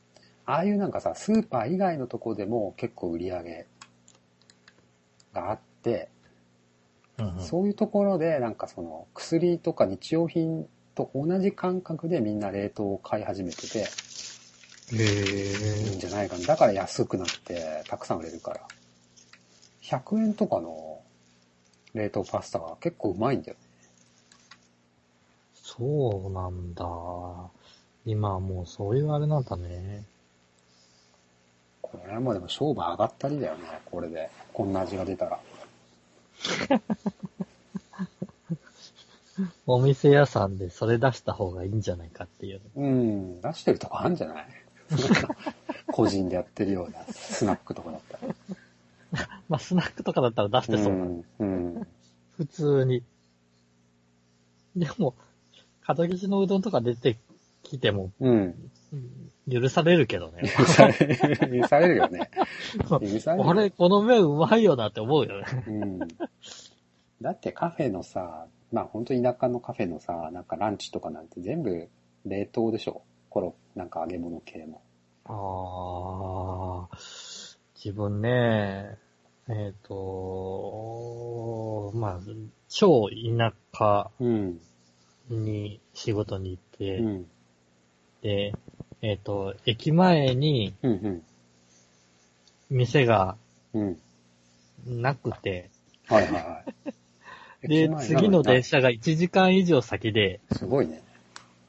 [SPEAKER 1] ああいうなんかさ、スーパー以外のとこでも結構売り上げがあって、
[SPEAKER 2] うんうん
[SPEAKER 1] そういうところでなんかその薬とか日用品と同じ感覚でみんな冷凍を買い始めてて、
[SPEAKER 2] へ
[SPEAKER 1] いいん
[SPEAKER 2] え。
[SPEAKER 1] じゃないかな。だから安くなってたくさん売れるから。100円とかの冷凍パスタが結構うまいんだよ。
[SPEAKER 2] そうなんだ。今はもうそういうあれなんだね。
[SPEAKER 1] これはもうでも商売上がったりだよね、これで。こんな味が出たら。
[SPEAKER 2] お店屋さんでそれ出した方がいいんじゃないかっていう。
[SPEAKER 1] うん、出してるとこあるんじゃない
[SPEAKER 2] [laughs]
[SPEAKER 1] 個人でやってるようなスナックとかだったら。
[SPEAKER 2] まあ、スナックとかだったら出してそうだね。
[SPEAKER 1] うん、うん。
[SPEAKER 2] 普通に。でも、角岸のうどんとか出てきても、
[SPEAKER 1] うん。
[SPEAKER 2] 許されるけどね。
[SPEAKER 1] 許される、許されるよね。許される。
[SPEAKER 2] あれ、この麺うまいよなって思うよね。
[SPEAKER 1] うん。だってカフェのさ、まあ本当田舎のカフェのさ、なんかランチとかなんて全部冷凍でしょ。このなんか揚げ物系も。
[SPEAKER 2] ああ、自分ね、えっ、と、まあ、超田舎
[SPEAKER 1] うん。
[SPEAKER 2] に仕事に行って、
[SPEAKER 1] うん。
[SPEAKER 2] で、えっ、と、駅前に
[SPEAKER 1] うん。うん。
[SPEAKER 2] 店が
[SPEAKER 1] うん。
[SPEAKER 2] なくて、
[SPEAKER 1] はいはいはい。
[SPEAKER 2] で、次の電
[SPEAKER 1] す。
[SPEAKER 2] 車が1時間以上先で、
[SPEAKER 1] すごいね。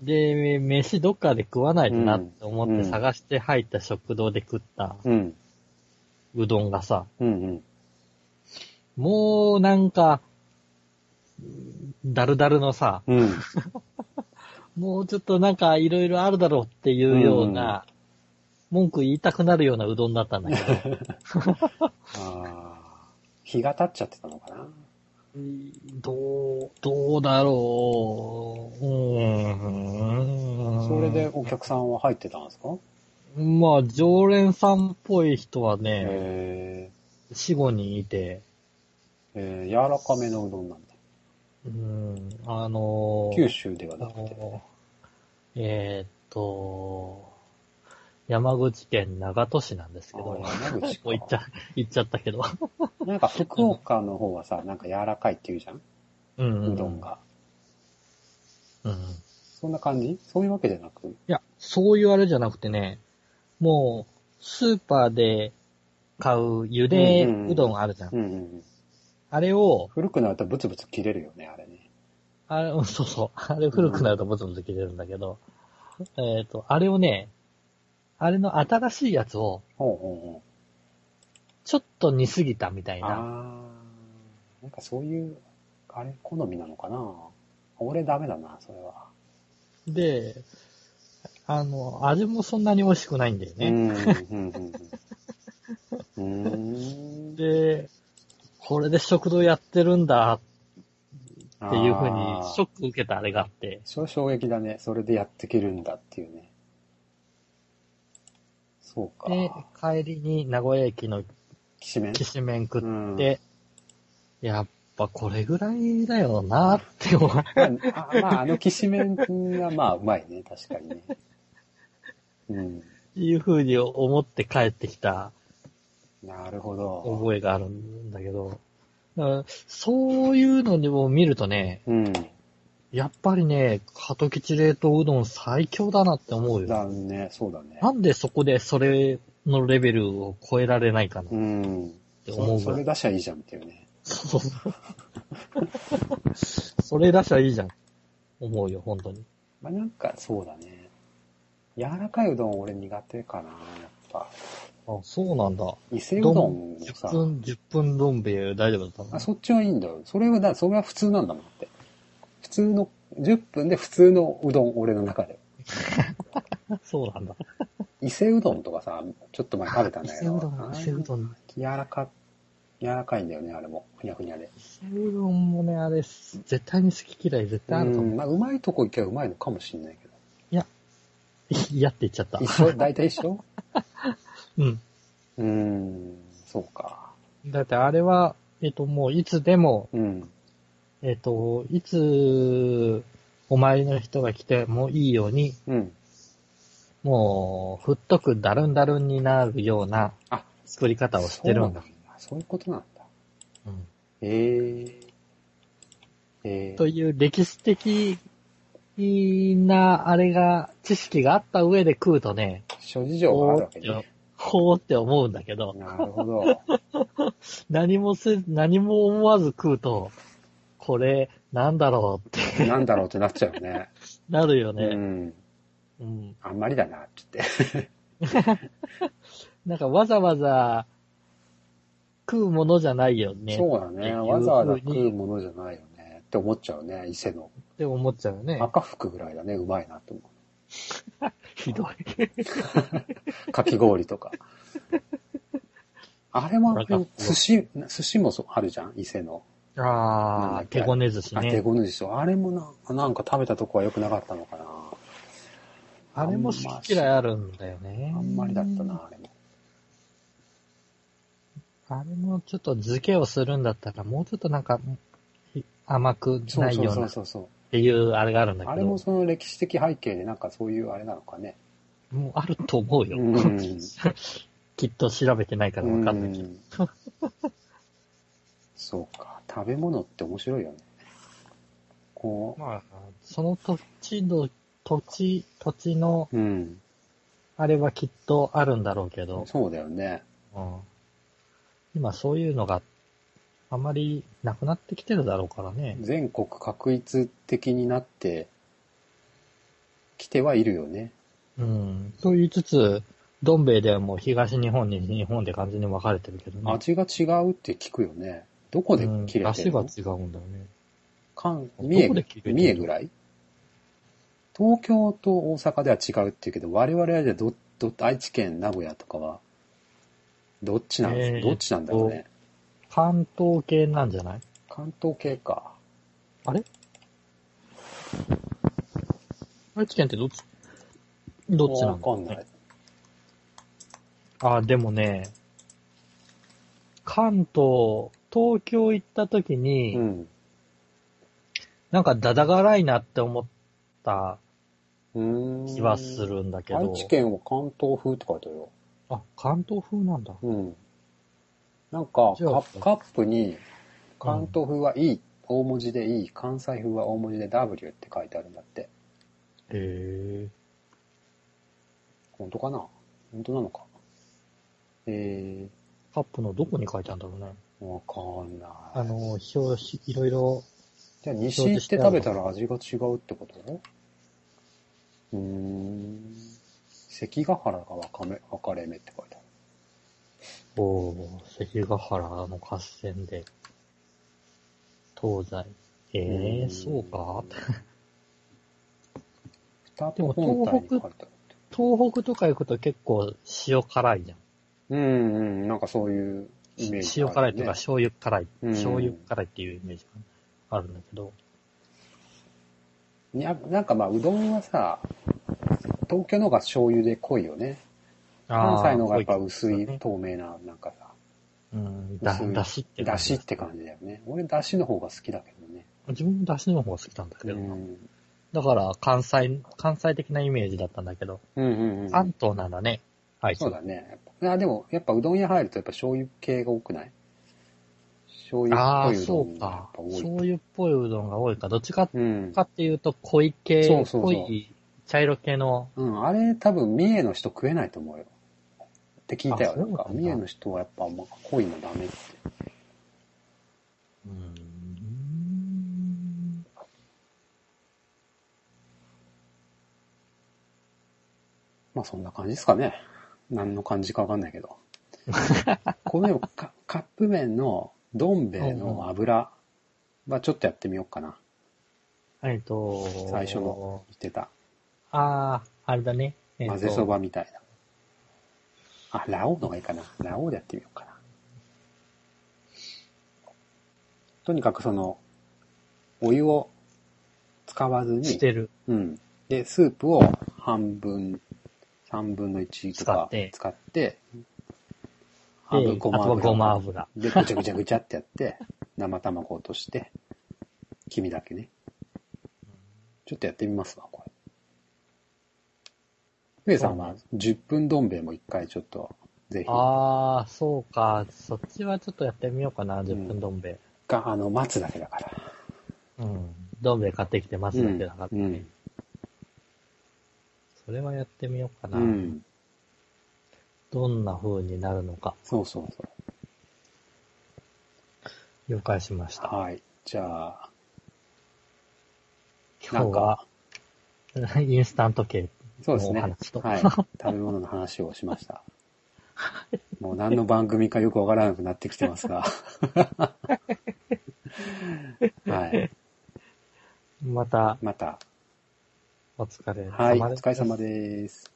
[SPEAKER 2] で、飯どっかで食わないとなって思
[SPEAKER 1] うん
[SPEAKER 2] っ
[SPEAKER 1] う
[SPEAKER 2] て
[SPEAKER 1] ん
[SPEAKER 2] 探して入った食堂で食った
[SPEAKER 1] うん。
[SPEAKER 2] うどんがさ、
[SPEAKER 1] うんうん。
[SPEAKER 2] もうなんか、ダルダルのさ、
[SPEAKER 1] うん。
[SPEAKER 2] もうちょっとなんかいろいろあるだろうっていうような、文句言いたくなるようなうどんだったんだけど、
[SPEAKER 1] ああ。日が経っちゃってたのかな。
[SPEAKER 2] [laughs] どう、どうだろう。うーん。
[SPEAKER 1] それでお客さんは入ってたんですか
[SPEAKER 2] まあ、常連さんっぽい人はね、
[SPEAKER 1] え
[SPEAKER 2] 死後にいて、
[SPEAKER 1] ー、えー、柔らかめのうどんなんだ。
[SPEAKER 2] うん、あのー
[SPEAKER 1] 九州では
[SPEAKER 2] あ
[SPEAKER 1] なくて。
[SPEAKER 2] のーえーっと、山口県長門市なんですけ
[SPEAKER 1] あ
[SPEAKER 2] ど、も
[SPEAKER 1] ー山口
[SPEAKER 2] う行っ
[SPEAKER 1] か。
[SPEAKER 2] ちゃ、行っちゃったけど。
[SPEAKER 1] なんか福岡の方はさ、なんか柔らかいって言うじゃん
[SPEAKER 2] うん
[SPEAKER 1] うどん。が。
[SPEAKER 2] うん。
[SPEAKER 1] そんな感じそういうわけじゃなく。
[SPEAKER 2] いや、そういうあれじゃなくてね、もう、スーパーで買う茹でうどんあるじゃん。
[SPEAKER 1] うんうんうん。
[SPEAKER 2] あれを、
[SPEAKER 1] 古くなるとブツブツ切れるよね、あれね。
[SPEAKER 2] あれ、うんそうそう、あれ古くなるとボツボツ切れるんだけど、えっ、と、あれをね、あれの新しいやつを、
[SPEAKER 1] ほうほ
[SPEAKER 2] ちょっと煮すぎたみた
[SPEAKER 1] う
[SPEAKER 2] い
[SPEAKER 1] ほう。
[SPEAKER 2] な。
[SPEAKER 1] あー、なんかそういう、あれ、好みなのかな俺ダメだな、それは。
[SPEAKER 2] で、あの、味もそんなに美味しくないんだよ
[SPEAKER 1] う
[SPEAKER 2] ね。
[SPEAKER 1] んうんうんうん。うーん。
[SPEAKER 2] [laughs] で、これで食堂やってるんだ
[SPEAKER 1] っ
[SPEAKER 2] っていうふうに、ショック受けたあれがあって。
[SPEAKER 1] それ衝撃だね。それでやってけるんだっていうね。そうか。
[SPEAKER 2] で、帰りに名古屋駅の
[SPEAKER 1] きしめん
[SPEAKER 2] きしめん食
[SPEAKER 1] う
[SPEAKER 2] っ
[SPEAKER 1] ん
[SPEAKER 2] て、やっぱこれぐらいだよなって思う。
[SPEAKER 1] まあ、あまあ、あのきしめんがまあ、うまいね。確かにね。うん。
[SPEAKER 2] いう風に思って帰ってきた
[SPEAKER 1] なるほど。
[SPEAKER 2] 覚えがあるんだけど、だからそういうのにも見るとね、
[SPEAKER 1] うん。
[SPEAKER 2] やっぱりね、ハトキチ冷凍うどん最強だなって思うよ。
[SPEAKER 1] だね。そうだね。
[SPEAKER 2] なんでそこでそれのレベルを超えられないかなっ
[SPEAKER 1] うん。
[SPEAKER 2] て思
[SPEAKER 1] そう
[SPEAKER 2] ぐ
[SPEAKER 1] そ
[SPEAKER 2] ら
[SPEAKER 1] れ
[SPEAKER 2] い。
[SPEAKER 1] 出しゃいいじゃんっていうね。
[SPEAKER 2] そうそうそれ出したらいいじゃん。思うよ、本当に。
[SPEAKER 1] まあ、なんか、そうだね。柔らかいうどん俺苦手かな。やっぱ。
[SPEAKER 2] あ、そうなんだ。
[SPEAKER 1] 伊勢うどんをさ
[SPEAKER 2] 10、分、10分どん兵衛大丈夫だったの
[SPEAKER 1] あ、そっちはいいんだよ。それは、だそれは普通なんだもんって。普通の、10分で普通のうどん、俺の中で。
[SPEAKER 2] そうなんだ。
[SPEAKER 1] 伊勢うどんとかさ、ちょっと前食べたん
[SPEAKER 2] 伊
[SPEAKER 1] だけ
[SPEAKER 2] 勢
[SPEAKER 1] ど。
[SPEAKER 2] うどん、伊勢うどん。
[SPEAKER 1] 柔らか、柔らかいんだよね、あれも。ふにゃふにゃで。
[SPEAKER 2] 伊勢うどんもね、あれ、絶対に好き嫌い絶
[SPEAKER 1] う
[SPEAKER 2] 対あると思う。
[SPEAKER 1] ん、まあ、うまいとこ行けばうまいのかもしんないけど。
[SPEAKER 2] [laughs] 嫌って言っちゃった。
[SPEAKER 1] 一緒大体一緒
[SPEAKER 2] うん。
[SPEAKER 1] うーん、そうか。
[SPEAKER 2] だってあれは、えっと、もういつでも、
[SPEAKER 1] うん。
[SPEAKER 2] えっと、いつ、お参りの人が来てもいいように、
[SPEAKER 1] うん。
[SPEAKER 2] もう、ふっとくだるんだるんになるような
[SPEAKER 1] あ、
[SPEAKER 2] 作り方をしてるんだ
[SPEAKER 1] そう。なんだ。そういうことなんだ。
[SPEAKER 2] うん
[SPEAKER 1] えー。え
[SPEAKER 2] と
[SPEAKER 1] ー。
[SPEAKER 2] いう歴史的な、あれが、知識があった上で食うとね、
[SPEAKER 1] 諸事情があるわけね。
[SPEAKER 2] ほーって思うんだけど、
[SPEAKER 1] なるほど。
[SPEAKER 2] 何もせ、何も思わず食うと、これ、なんだろうって
[SPEAKER 1] なんだろうってなっちゃうよね。
[SPEAKER 2] なるよ
[SPEAKER 1] う
[SPEAKER 2] [laughs] ね。
[SPEAKER 1] ん。
[SPEAKER 2] うん。
[SPEAKER 1] あんまりだな、って言って。
[SPEAKER 2] なんかわざわざ、食うものじゃないよね。
[SPEAKER 1] そうだ
[SPEAKER 2] ってい
[SPEAKER 1] ね。
[SPEAKER 2] う
[SPEAKER 1] わざわざ食うものじゃないよね。って思っちゃうね、伊勢の。
[SPEAKER 2] って思っちゃうよね。
[SPEAKER 1] 赤服ぐらいだね、うまいなと思
[SPEAKER 2] ひどい。
[SPEAKER 1] う。かき氷
[SPEAKER 2] [laughs]
[SPEAKER 1] とか。あれも
[SPEAKER 2] 赤、福
[SPEAKER 1] 寿司、寿司もそうあるじゃん、伊勢の。なん
[SPEAKER 2] あ
[SPEAKER 1] だ
[SPEAKER 2] あ
[SPEAKER 1] っ、け
[SPEAKER 2] 手ごね寿司
[SPEAKER 1] あ、手
[SPEAKER 2] ね。
[SPEAKER 1] ごねでしょ。あれもななんか食べたとこは良くなかったのかな。
[SPEAKER 2] あれも好き嫌いあるんだよね。
[SPEAKER 1] あんまりだったな、。あれも。
[SPEAKER 2] あれもちょっと漬けをするんだったら、もうちょっとなんか、い甘く
[SPEAKER 1] そう
[SPEAKER 2] ない
[SPEAKER 1] そう
[SPEAKER 2] よう
[SPEAKER 1] そ
[SPEAKER 2] な
[SPEAKER 1] う
[SPEAKER 2] っ
[SPEAKER 1] そうそう。
[SPEAKER 2] ていうあれがあるんだけど。
[SPEAKER 1] あれもその歴史的背景でなんかそういうあれなのかね。
[SPEAKER 2] もうあると思うよ。
[SPEAKER 1] うん
[SPEAKER 2] [laughs] きっと調べてないからわかんないけど。
[SPEAKER 1] うんそうか。食べ物って面白いよね。こ
[SPEAKER 2] まあ、その土地の、土地、土地の
[SPEAKER 1] う、うん。
[SPEAKER 2] あれはきっとあるんだろうけど、
[SPEAKER 1] そうだよね。
[SPEAKER 2] うん、今そういうのがあまりなくなってきてるだろうからね。
[SPEAKER 1] 全国確一的になってきてはいるよね。
[SPEAKER 2] うん。と言いつつ、どん兵衛ではもう東日本、西日本で完全に分かれてるけどね。
[SPEAKER 1] 味が違うって聞くよね。どこで切れてるの、
[SPEAKER 2] うん、足が違うんだよね。
[SPEAKER 1] 関
[SPEAKER 2] どこ
[SPEAKER 1] 三重
[SPEAKER 2] で切れてるの
[SPEAKER 1] 三重ぐらい東京と大阪では違うって言うけど、我々はじゃあど、ど、愛知県、名古屋とかは、どっちなんです
[SPEAKER 2] えー
[SPEAKER 1] どっちなんだろうね。
[SPEAKER 2] 関東系なんじゃない
[SPEAKER 1] 関東系か。
[SPEAKER 2] 愛知県ってどっちどっちなんだ
[SPEAKER 1] わかんない。
[SPEAKER 2] あ、でもね、関東、東京行った時に、
[SPEAKER 1] うん。
[SPEAKER 2] なんかだだがらいなって思った
[SPEAKER 1] うーん
[SPEAKER 2] 気はす。るんだけど。
[SPEAKER 1] 愛知県は関東風って書いてあるよ。
[SPEAKER 2] あ、関東風なんだ。
[SPEAKER 1] うん。なんか、カ
[SPEAKER 2] じゃあ
[SPEAKER 1] ップカップに、関東風はいい、大文字でいい、関西風は大文字で W って書いてあるんだって。
[SPEAKER 2] へえ。
[SPEAKER 1] 本当かな本当なのか。え
[SPEAKER 2] カップのどこに書いてあるんだろう
[SPEAKER 1] ー、
[SPEAKER 2] ね。
[SPEAKER 1] わかんない。
[SPEAKER 2] あの、表紙、いろいろ、
[SPEAKER 1] じゃあ、西行って食べたら味が違うってことうーん。関ヶ原が分かれ分かれ目って書いてある。
[SPEAKER 2] おー関ヶ原の合戦で、東西。え
[SPEAKER 1] う
[SPEAKER 2] えー、
[SPEAKER 1] ん
[SPEAKER 2] そうか。
[SPEAKER 1] 二手本体に書いてあるって。
[SPEAKER 2] 東北とか行くと結構塩辛いじゃん。
[SPEAKER 1] うんうん、なんかそういうイメージ、
[SPEAKER 2] 塩辛いとか醤油辛い、
[SPEAKER 1] うん
[SPEAKER 2] 醤油辛いっていうイメージがあるんだけど。
[SPEAKER 1] いや、なんかまあ、うどんはさ、東京の方が醤油で濃いよね。関西の方がやっぱ薄い、
[SPEAKER 2] 濃い
[SPEAKER 1] 透明な、なんかさ、
[SPEAKER 2] うん、だ、
[SPEAKER 1] 薄い
[SPEAKER 2] だし
[SPEAKER 1] だしっ
[SPEAKER 2] って感じ
[SPEAKER 1] て感じだよね。俺、だしの方が好きだけどね。
[SPEAKER 2] 自分もだしの方が好きなんだけ
[SPEAKER 1] う
[SPEAKER 2] ど。
[SPEAKER 1] ん。
[SPEAKER 2] だから、関西、関西的なイメージだったんだけど、
[SPEAKER 1] うんうんうん。
[SPEAKER 2] 関東なんだね。はい。
[SPEAKER 1] そうだね。やっぱあでも、やっぱうどん屋入るとやっぱ醤油系が多くない醤油
[SPEAKER 2] あ
[SPEAKER 1] っ
[SPEAKER 2] あ、
[SPEAKER 1] ぽいう
[SPEAKER 2] そ
[SPEAKER 1] どん
[SPEAKER 2] う
[SPEAKER 1] がや
[SPEAKER 2] か
[SPEAKER 1] っ。ぱ多い。
[SPEAKER 2] 醤油っぽいうどんが多いか。どっちか
[SPEAKER 1] うん
[SPEAKER 2] か。っていうと、濃い系、
[SPEAKER 1] そうそうそう
[SPEAKER 2] 濃い茶色系の、
[SPEAKER 1] うん、あれ多分三重の人食えないと思うよ。って聞いたよ。
[SPEAKER 2] あ
[SPEAKER 1] な
[SPEAKER 2] そうんなんだ
[SPEAKER 1] か三重の人はやっぱあんま濃いのダメって。
[SPEAKER 2] うーん。
[SPEAKER 1] まあそんな感じですかね。何の感じかわかんないけ
[SPEAKER 2] [laughs]
[SPEAKER 1] ど。このでもカカップ麺のどん兵衛の油はちょっとやってみようかな。
[SPEAKER 2] えっと、
[SPEAKER 1] 最初の。言ってた。
[SPEAKER 2] ああ、あれだね。えっと
[SPEAKER 1] 混ぜそばみたいな。あ、ラオウのがいいかな。ラオウでやってみようかな。とにかくその、お湯を使わず
[SPEAKER 2] し
[SPEAKER 1] に、
[SPEAKER 2] てる。
[SPEAKER 1] うん。で、スープを半分、三分の一とか
[SPEAKER 2] 使って
[SPEAKER 1] 使って、半
[SPEAKER 2] で、
[SPEAKER 1] 分
[SPEAKER 2] あ
[SPEAKER 1] ご
[SPEAKER 2] と
[SPEAKER 1] ま
[SPEAKER 2] は
[SPEAKER 1] 油。
[SPEAKER 2] ごま油。
[SPEAKER 1] で、ぐちゃぐちゃぐちゃってやって、 [laughs] 生卵落として、黄身だけね。ちょっとやってみますわ、これ。ふえさんは10分どん兵衛も一回ちょっと、ぜひ、が、
[SPEAKER 2] ああ、そうか。そっちはちょっとやってみようかな、10分どん兵衛。
[SPEAKER 1] あの、待つだけだから。
[SPEAKER 2] うん。どん兵衛買ってきてますだけだからね。
[SPEAKER 1] うん。
[SPEAKER 2] それはやってみようか
[SPEAKER 1] う
[SPEAKER 2] な。
[SPEAKER 1] ん。
[SPEAKER 2] どんな風になるのか、
[SPEAKER 1] そうそうそう。
[SPEAKER 2] 了解しました。
[SPEAKER 1] はい。じゃあ、
[SPEAKER 2] 今日は、インスタント系
[SPEAKER 1] そうです
[SPEAKER 2] お
[SPEAKER 1] ね。
[SPEAKER 2] 話と [laughs]
[SPEAKER 1] はい。食べ物の話をしました。もう何の番組かよくわからなくなってきてますが。はい。
[SPEAKER 2] また
[SPEAKER 1] また。
[SPEAKER 2] お疲れ様です。
[SPEAKER 1] はい。お疲れ様です。